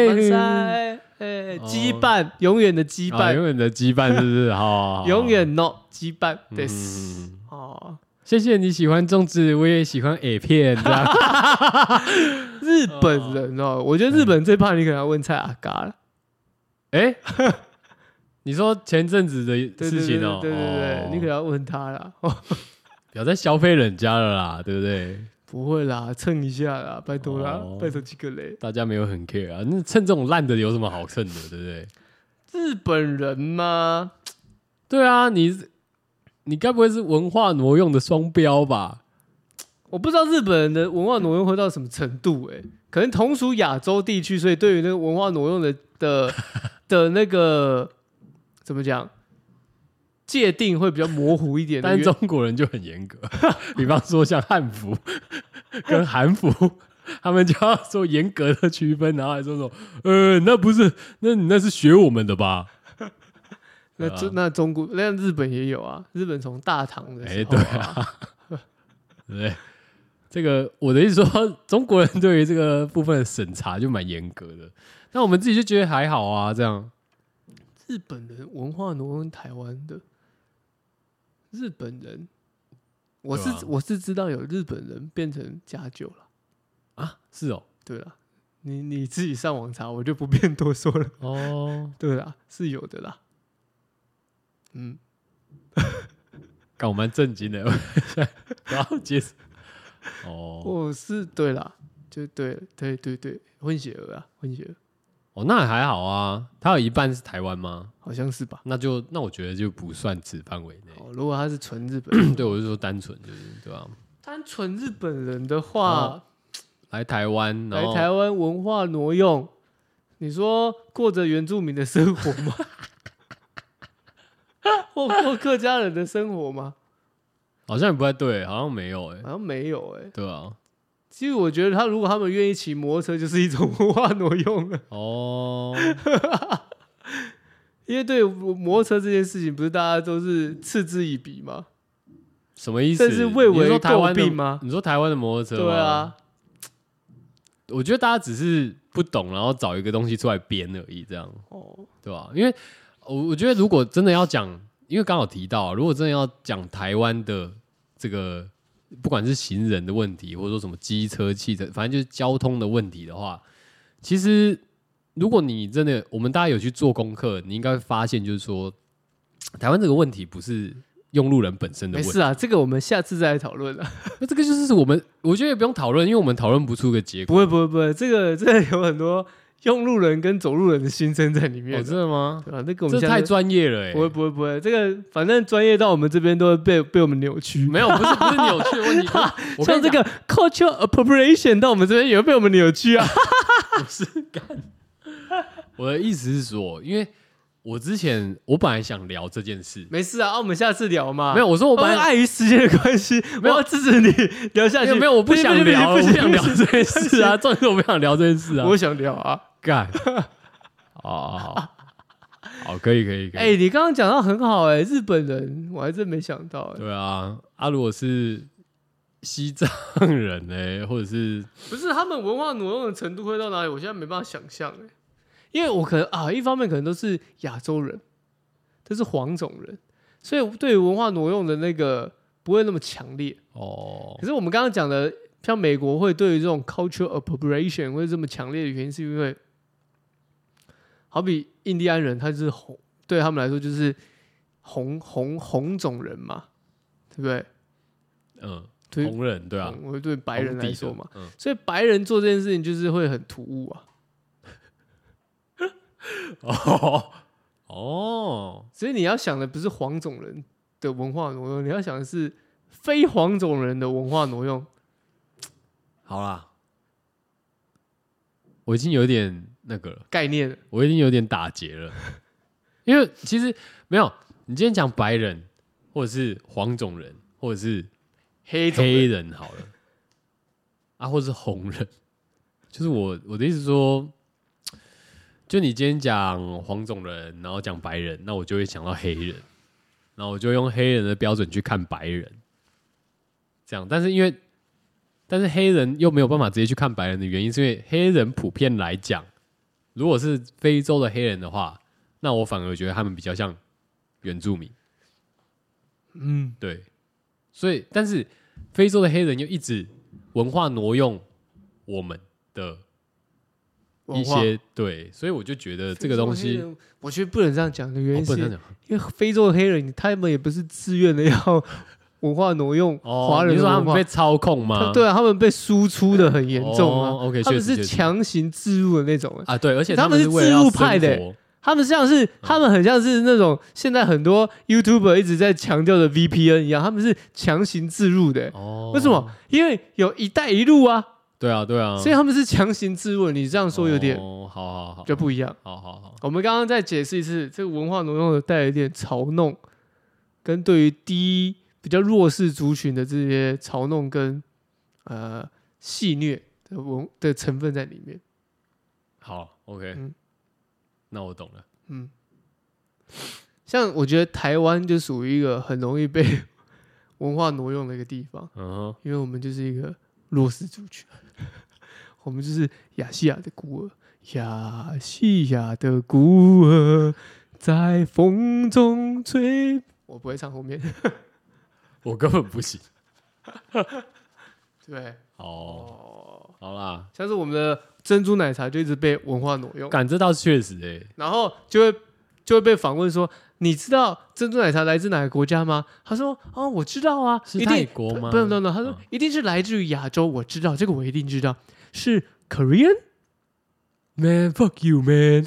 [SPEAKER 2] 万塞，哎，
[SPEAKER 1] 哦
[SPEAKER 2] 羁绊，永远的羁
[SPEAKER 1] 啊
[SPEAKER 2] 绊，
[SPEAKER 1] 永远的羁绊是不是？好，好好
[SPEAKER 2] 永远 no 羁绊
[SPEAKER 1] 嗯
[SPEAKER 2] t h 哦，
[SPEAKER 1] 谢谢你喜欢粽子，我也喜欢 A 片，这样
[SPEAKER 2] 日本人哦，我觉得日本最怕你可能要问蔡阿嘎了。
[SPEAKER 1] 哎。 你说前阵子的
[SPEAKER 2] 对
[SPEAKER 1] 事情哦，
[SPEAKER 2] 对对对对
[SPEAKER 1] 哦
[SPEAKER 2] 对，你可能要问他啦。
[SPEAKER 1] 不要再消费人家了啦，对不对？
[SPEAKER 2] 不会啦，蹭一下啦，拜托啦，
[SPEAKER 1] 哦
[SPEAKER 2] 拜托几个雷。
[SPEAKER 1] 大家没有很 care 啊，那蹭这种烂的有什么好蹭的，对不对？
[SPEAKER 2] 日本人吗？
[SPEAKER 1] 对啊，你你该不会是文化挪用的双标吧？
[SPEAKER 2] 我不知道日本人的文化挪用会到什么程度、欸，可能同属亚洲地区，所以对于那个文化挪用的 的的那个怎么讲界定会比较模糊一点。
[SPEAKER 1] 但是
[SPEAKER 2] 那
[SPEAKER 1] 中
[SPEAKER 2] 个
[SPEAKER 1] 国人就很严格， 比方说像汉服 跟韩服， 他们就要做严格的区分，然后还说说，呃，那不是，那你那是学我们的吧？对
[SPEAKER 2] 那
[SPEAKER 1] 啊
[SPEAKER 2] 中那中国那日本也有啊，日本从大唐的
[SPEAKER 1] 哎
[SPEAKER 2] 时
[SPEAKER 1] 对
[SPEAKER 2] 候、
[SPEAKER 1] 啊对不对？这个我的意思说，中国人对于这个部分的审查就蛮严格的，那我们自己就觉得还好啊，这样。
[SPEAKER 2] 日本人文化挪用台湾的日本人，我是、
[SPEAKER 1] 对啊
[SPEAKER 2] 我是知道有日本人变成假酒了。
[SPEAKER 1] 啊，是哦，
[SPEAKER 2] 对了，你你自己上网查，我就不便多说了。
[SPEAKER 1] 哦，
[SPEAKER 2] 对啦，是有的啦。嗯，
[SPEAKER 1] 干我蛮震惊的， 然后接着，哦，
[SPEAKER 2] 我是对啦，就对对对对，混血儿啊，混血儿，
[SPEAKER 1] 哦，那还好啊，他有一半是台湾吗？
[SPEAKER 2] 好像是吧？
[SPEAKER 1] 那就那我觉得就不算此范围内。
[SPEAKER 2] 哦，如果他是纯日本人，
[SPEAKER 1] 对，我是说单纯就是对吧、
[SPEAKER 2] 单纯日本人的话，
[SPEAKER 1] 来台湾，然
[SPEAKER 2] 来
[SPEAKER 1] 后
[SPEAKER 2] 台湾文化挪用，你说过着原住民的生活吗？ 或过客家人的生活吗？
[SPEAKER 1] 好像也不太对，好像没有哎、
[SPEAKER 2] 好像没有哎、
[SPEAKER 1] 对啊，
[SPEAKER 2] 其实我觉得他如果他们愿意骑摩托车，就是一种文化挪用了。
[SPEAKER 1] 哦，
[SPEAKER 2] 因为对摩托车这件事情，不是大家都是嗤之以鼻吗？
[SPEAKER 1] 什么意思？
[SPEAKER 2] 这是蔚为
[SPEAKER 1] 你说台湾
[SPEAKER 2] 诟
[SPEAKER 1] 的
[SPEAKER 2] 病吗
[SPEAKER 1] 你说台湾的摩托车？
[SPEAKER 2] 对，啊，
[SPEAKER 1] 我觉得大家只是不懂，然后找一个东西出来编而已，这样。
[SPEAKER 2] 哦，
[SPEAKER 1] 对吧、因为我我觉得如果真的要讲，因为刚好提到啊、如果真的要讲台湾的这个，不管是行人的问题，或者说什么机车、汽车，反正就是交通的问题的话，其实如果你真的我们大家有去做功课，你应该会发现，就是说台湾这个问题不是。用路人本身的问
[SPEAKER 2] 没
[SPEAKER 1] 题
[SPEAKER 2] 事，啊，这个我们下次再来讨论啊了。
[SPEAKER 1] 那这个就是我们，我觉得也不用讨论，因为我们讨论不出个结
[SPEAKER 2] 不
[SPEAKER 1] 果。
[SPEAKER 2] 会，不会，不会，这个这个有很多用路人跟走路人的心声在里面
[SPEAKER 1] 哦，
[SPEAKER 2] 的，
[SPEAKER 1] 真的吗？
[SPEAKER 2] 对吧？啊那个我们
[SPEAKER 1] 这
[SPEAKER 2] 下
[SPEAKER 1] 太
[SPEAKER 2] 次
[SPEAKER 1] 专业了、欸，
[SPEAKER 2] 不会，不会，不会，这个反正专业到我们这边都会被被我们扭曲。
[SPEAKER 1] 没有，不是不是扭曲的 问题。不是我跟
[SPEAKER 2] 像
[SPEAKER 1] 你
[SPEAKER 2] 这
[SPEAKER 1] 讲
[SPEAKER 2] 个 cultural appropriation 到我们这边也会被我们扭 曲啊！
[SPEAKER 1] 我的意思是说，因为我之前我本来想聊这件事，
[SPEAKER 2] 没事啊，啊我们下次聊嘛。
[SPEAKER 1] 没有，，我说
[SPEAKER 2] 我
[SPEAKER 1] 我本
[SPEAKER 2] 们
[SPEAKER 1] 来
[SPEAKER 2] 碍于时间的关系，我
[SPEAKER 1] 没有
[SPEAKER 2] 要支持你聊下
[SPEAKER 1] 没有
[SPEAKER 2] 去。
[SPEAKER 1] 没有，我不
[SPEAKER 2] 行
[SPEAKER 1] 想
[SPEAKER 2] 行行
[SPEAKER 1] 聊，我
[SPEAKER 2] 不
[SPEAKER 1] 不
[SPEAKER 2] 行
[SPEAKER 1] 想聊
[SPEAKER 2] 不行
[SPEAKER 1] 这件事 啊，重点是我不想聊这件事啊，
[SPEAKER 2] 我想聊啊。
[SPEAKER 1] 干，哦，好，可以可以可
[SPEAKER 2] 哎、
[SPEAKER 1] 以，
[SPEAKER 2] 你刚刚讲到很好哎、日本人，我还真没想到哎、
[SPEAKER 1] 对啊，啊，如果是西藏人呢、或者是
[SPEAKER 2] 不是他们文化挪用的程度会到哪里？我现在没办法想象哎、因为我可能啊，一方面可能都是亚洲人，都是黄种人，所以对于文化挪用的那个不会那么强烈。
[SPEAKER 1] 哦
[SPEAKER 2] 可是我们刚刚讲的，像美国会对于这种 cultural appropriation 会这么强烈的原因，是因为好比印第安人，他是红，对他们来说就是红红红种人嘛，对不对？
[SPEAKER 1] 嗯，
[SPEAKER 2] 对
[SPEAKER 1] 红人对啊，
[SPEAKER 2] 我对白人
[SPEAKER 1] 红底
[SPEAKER 2] 来
[SPEAKER 1] 的
[SPEAKER 2] 说嘛，，
[SPEAKER 1] 嗯，
[SPEAKER 2] 所以白人做这件事情就是会很突兀啊。
[SPEAKER 1] 哦哦，
[SPEAKER 2] 所以你要想的不是黄种人的文化挪用，你要想的是非黄种人的文化挪用。
[SPEAKER 1] 好啦，我已经有点那个了，
[SPEAKER 2] 概念了
[SPEAKER 1] 我已经有点打结了，因为其实没有，你今天讲白人，或者是黄种人，或者是
[SPEAKER 2] 黑种
[SPEAKER 1] 黑
[SPEAKER 2] 人
[SPEAKER 1] 人好了，啊，或是红人，就是我我的意思说，就你今天讲黄种人，然后讲白人，那我就会想到黑人，然后我就用黑人的标准去看白人，这样，但是因为但是黑人又没有办法直接去看白人的原因，是因为黑人普遍来讲，如果是非洲的黑人的话，那我反而觉得他们比较像原住民。
[SPEAKER 2] 嗯，
[SPEAKER 1] 对，所以但是非洲的黑人又一直文化挪用我们的一
[SPEAKER 2] 文化
[SPEAKER 1] 些对，所以我就觉得这个东西，
[SPEAKER 2] 非洲黑人我觉得不能这样讲的原
[SPEAKER 1] 哦
[SPEAKER 2] 因
[SPEAKER 1] 不
[SPEAKER 2] 是
[SPEAKER 1] 能这样讲
[SPEAKER 2] 因为非洲的黑人他们也不是自愿的要 文化挪用
[SPEAKER 1] 哦，
[SPEAKER 2] 华人
[SPEAKER 1] 你
[SPEAKER 2] 的
[SPEAKER 1] 说他
[SPEAKER 2] 文
[SPEAKER 1] 们
[SPEAKER 2] 化
[SPEAKER 1] 被，操控吗？
[SPEAKER 2] 他对啊，他们被输出的很严重啊。
[SPEAKER 1] 哦，OK，
[SPEAKER 2] 他们
[SPEAKER 1] 确实
[SPEAKER 2] 是
[SPEAKER 1] 确实
[SPEAKER 2] 强行置入的那种、欸，
[SPEAKER 1] 啊，对，而且
[SPEAKER 2] 他们
[SPEAKER 1] 们
[SPEAKER 2] 是
[SPEAKER 1] 是为了
[SPEAKER 2] 自
[SPEAKER 1] 要
[SPEAKER 2] 入派的
[SPEAKER 1] 生活
[SPEAKER 2] 他们像
[SPEAKER 1] 嗯
[SPEAKER 2] 是，他们很像是那种现在很多 YouTuber 一直在强调的 VPN 一样，他们是强行置入的、欸
[SPEAKER 1] 哦，
[SPEAKER 2] 为什么？？因为有“一带一路”啊，
[SPEAKER 1] 对啊，对啊，
[SPEAKER 2] 所以他们是强行置入的。你这样说有点
[SPEAKER 1] 哦，好好好，
[SPEAKER 2] 就不一样。
[SPEAKER 1] 好好好，
[SPEAKER 2] 我们刚刚再解释一次，这个文化挪用有带有一点嘲弄，跟对于低比较弱势族群的这些嘲弄跟呃戏虐的文的成分在里面。
[SPEAKER 1] 好，OK，
[SPEAKER 2] 嗯
[SPEAKER 1] 那我懂了。
[SPEAKER 2] 嗯，像我觉得台湾就属于一个很容易被 文化挪用的一个地方，
[SPEAKER 1] 嗯哼，
[SPEAKER 2] 因为我们就是一个弱势族群， 我们就是亚细亚的孤儿，亚细亚的孤儿在风中吹。我不会唱后面，
[SPEAKER 1] 我根本不行。
[SPEAKER 2] 对
[SPEAKER 1] 哦，
[SPEAKER 2] 哦，
[SPEAKER 1] 好啦，
[SPEAKER 2] 像是我们的珍珠奶茶就一直被文化挪用，
[SPEAKER 1] 感这倒是确实欸诶、
[SPEAKER 2] 然后就会就会被访问说，你知道珍珠奶茶来自哪个国家吗？他说，哦，我知道啊，
[SPEAKER 1] 是
[SPEAKER 2] 一
[SPEAKER 1] 泰
[SPEAKER 2] 定
[SPEAKER 1] 国吗？
[SPEAKER 2] 不不不不，他说、
[SPEAKER 1] 嗯
[SPEAKER 2] 一定是来自于亚洲，我知道这个我一定知道，是 Korean，
[SPEAKER 3] Man, fuck you, man！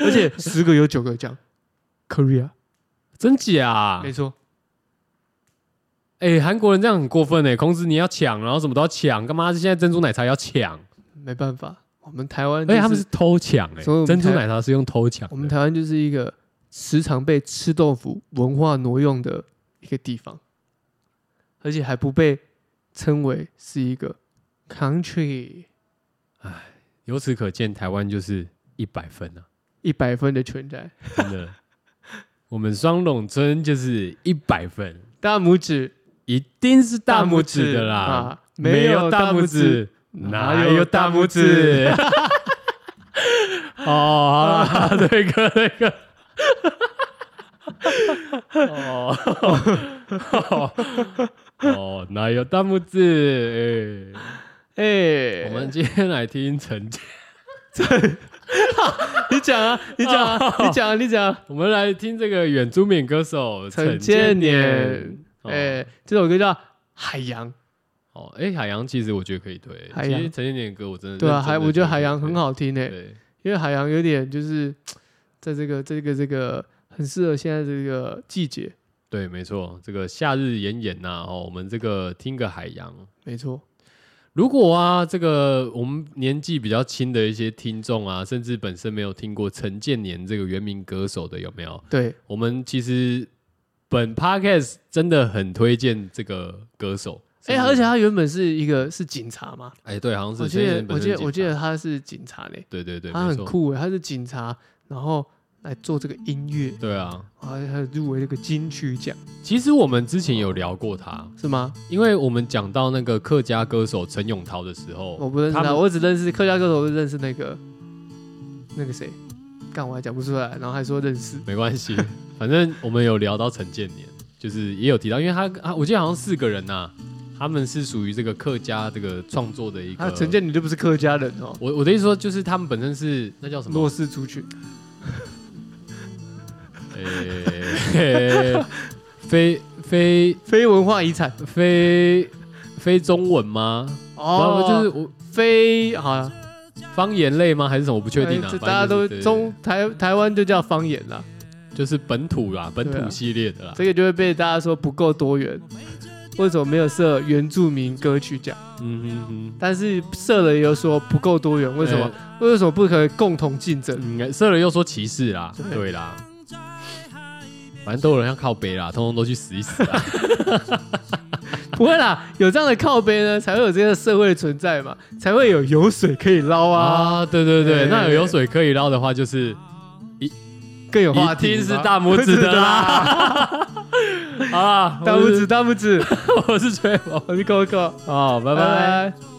[SPEAKER 2] 而且十个有九个讲 Korea，、
[SPEAKER 1] 真假？
[SPEAKER 2] 没错，
[SPEAKER 1] 哎、韩国人这样很过分哎、孔子你要抢，然后什么都要抢，干嘛？现在珍珠奶茶要抢，
[SPEAKER 2] 没办法，我们台湾、
[SPEAKER 1] 而
[SPEAKER 2] 就是，
[SPEAKER 1] 且他们是偷抢哎、
[SPEAKER 2] 所以我们
[SPEAKER 1] 珍珠
[SPEAKER 2] 台
[SPEAKER 1] 奶茶是用偷抢的。
[SPEAKER 2] 我们台湾就是一个时常被吃豆腐文化挪用的一个地方，而且还不被称为是一个 country
[SPEAKER 1] 由此可见，台湾就是一百分啊，
[SPEAKER 2] 一百分的存在，
[SPEAKER 1] 真的。我们双垄村就是一百分，
[SPEAKER 2] 大拇指
[SPEAKER 1] 一定是大拇指的
[SPEAKER 2] 大拇指
[SPEAKER 1] 啦，
[SPEAKER 2] 啊
[SPEAKER 1] 没有大拇指。哪有大拇指？哦，好啦，对个对个，哦哦，哪有大拇指？
[SPEAKER 2] 哎、
[SPEAKER 1] 哎，我们今天来听陈建，
[SPEAKER 2] 你讲啊，你讲啊，你
[SPEAKER 1] 哦
[SPEAKER 2] 讲啊，你讲、啊。
[SPEAKER 1] 我们来听这个原住民歌手
[SPEAKER 2] 陈
[SPEAKER 1] 建
[SPEAKER 2] 建
[SPEAKER 1] 年
[SPEAKER 2] 年。，
[SPEAKER 1] 哦
[SPEAKER 2] 哎、这首歌叫《海洋》，
[SPEAKER 1] 哦，哎，海洋其实我觉得可以推，
[SPEAKER 2] 海
[SPEAKER 1] 其
[SPEAKER 2] 洋
[SPEAKER 1] 实陈建年的歌我真的
[SPEAKER 2] 对啊，
[SPEAKER 1] 认真
[SPEAKER 2] 海
[SPEAKER 1] 地
[SPEAKER 2] 我觉得
[SPEAKER 1] 推
[SPEAKER 2] 海洋很，好听诶、
[SPEAKER 1] 对对，
[SPEAKER 2] 因为海洋有点就是在这个这个这个很适合现在这个季节，
[SPEAKER 1] 对，没错，这个夏日炎炎呐、哦，我们这个听个海洋。
[SPEAKER 2] 没错，
[SPEAKER 1] 如果啊，这个我们年纪比较轻的一些听众啊，甚至本身没有听过陈建年这个原名歌手的，有没有？
[SPEAKER 2] 对，
[SPEAKER 1] 我们其实本 podcast 真的很推荐这个歌手。
[SPEAKER 2] 哎、
[SPEAKER 1] 甚至
[SPEAKER 2] 而且他原本是一个是警察嘛，
[SPEAKER 1] 哎，对，好像是
[SPEAKER 2] 我记
[SPEAKER 1] 陈建年
[SPEAKER 2] 得
[SPEAKER 1] 本身
[SPEAKER 2] 我记
[SPEAKER 1] 是
[SPEAKER 2] 得我记
[SPEAKER 1] 警察
[SPEAKER 2] 得他是警察嘞、
[SPEAKER 1] 对对对，
[SPEAKER 2] 他
[SPEAKER 1] 没
[SPEAKER 2] 很
[SPEAKER 1] 错，
[SPEAKER 2] 酷诶、他是警察，然后来做这个音乐，
[SPEAKER 1] 对啊，
[SPEAKER 2] 啊，还有入围这个金曲奖
[SPEAKER 1] 其实我们之前有聊过他，
[SPEAKER 2] 是吗？
[SPEAKER 1] 因为我们讲到那个客家歌手陈永桃的时候，
[SPEAKER 2] 我不认识
[SPEAKER 1] 他
[SPEAKER 2] 他，
[SPEAKER 1] 们
[SPEAKER 2] 我只认识客家歌手，我只认识那个那个谁，干我还讲不出来，然后还说认识，
[SPEAKER 1] 没关系， 反正我们有聊到陈建年，就是也有提到，因为他啊，我记得好像四个人呐、啊他们是属于这个客家这个创作的一
[SPEAKER 2] 他
[SPEAKER 1] 个。
[SPEAKER 2] 啊陈建，你就不是客家人哦，
[SPEAKER 1] 我我的意思说，就是他们本身是那叫什么
[SPEAKER 2] 弱？势族群，
[SPEAKER 1] 呃， 非非
[SPEAKER 2] 非文化遗产
[SPEAKER 1] 非非中文吗？
[SPEAKER 2] 哦，
[SPEAKER 1] 不，就是我
[SPEAKER 2] 非好啊，
[SPEAKER 1] 方言类吗？还是什么？我不确定啊
[SPEAKER 2] 哎这。大
[SPEAKER 1] 反
[SPEAKER 2] 家
[SPEAKER 1] 正就是
[SPEAKER 2] 都
[SPEAKER 1] 对
[SPEAKER 2] 中台台湾就叫方言啦，
[SPEAKER 1] 就是本土啦，本土系列的啦。
[SPEAKER 2] 这个就会被大家说不够多元。为什么没有设原住民歌曲奖？
[SPEAKER 1] 嗯哼哼。
[SPEAKER 2] 但是设了又说不够多元，为什么？为什么不可以共同竞 争？
[SPEAKER 1] 应该射了呃又说歧视啦，
[SPEAKER 2] 对
[SPEAKER 1] 对啦，反正都有人要靠背啦，通通都去死一死啦。
[SPEAKER 2] 不会啦，有这样的靠背呢，才会有这个社会的存在嘛，才会有油水可以捞啊，
[SPEAKER 1] 啊，对对对，
[SPEAKER 2] 对
[SPEAKER 1] 那有油水可以捞的话，就是
[SPEAKER 2] 更有话
[SPEAKER 1] 一
[SPEAKER 2] 题嘛。
[SPEAKER 1] 定是大拇指的啦。 好啦，
[SPEAKER 2] 大
[SPEAKER 1] 我
[SPEAKER 2] 拇
[SPEAKER 1] 是
[SPEAKER 2] 指，大拇指，
[SPEAKER 1] 我是吹毛
[SPEAKER 2] 我是 Coco，
[SPEAKER 1] 哦，拜拜。
[SPEAKER 2] 拜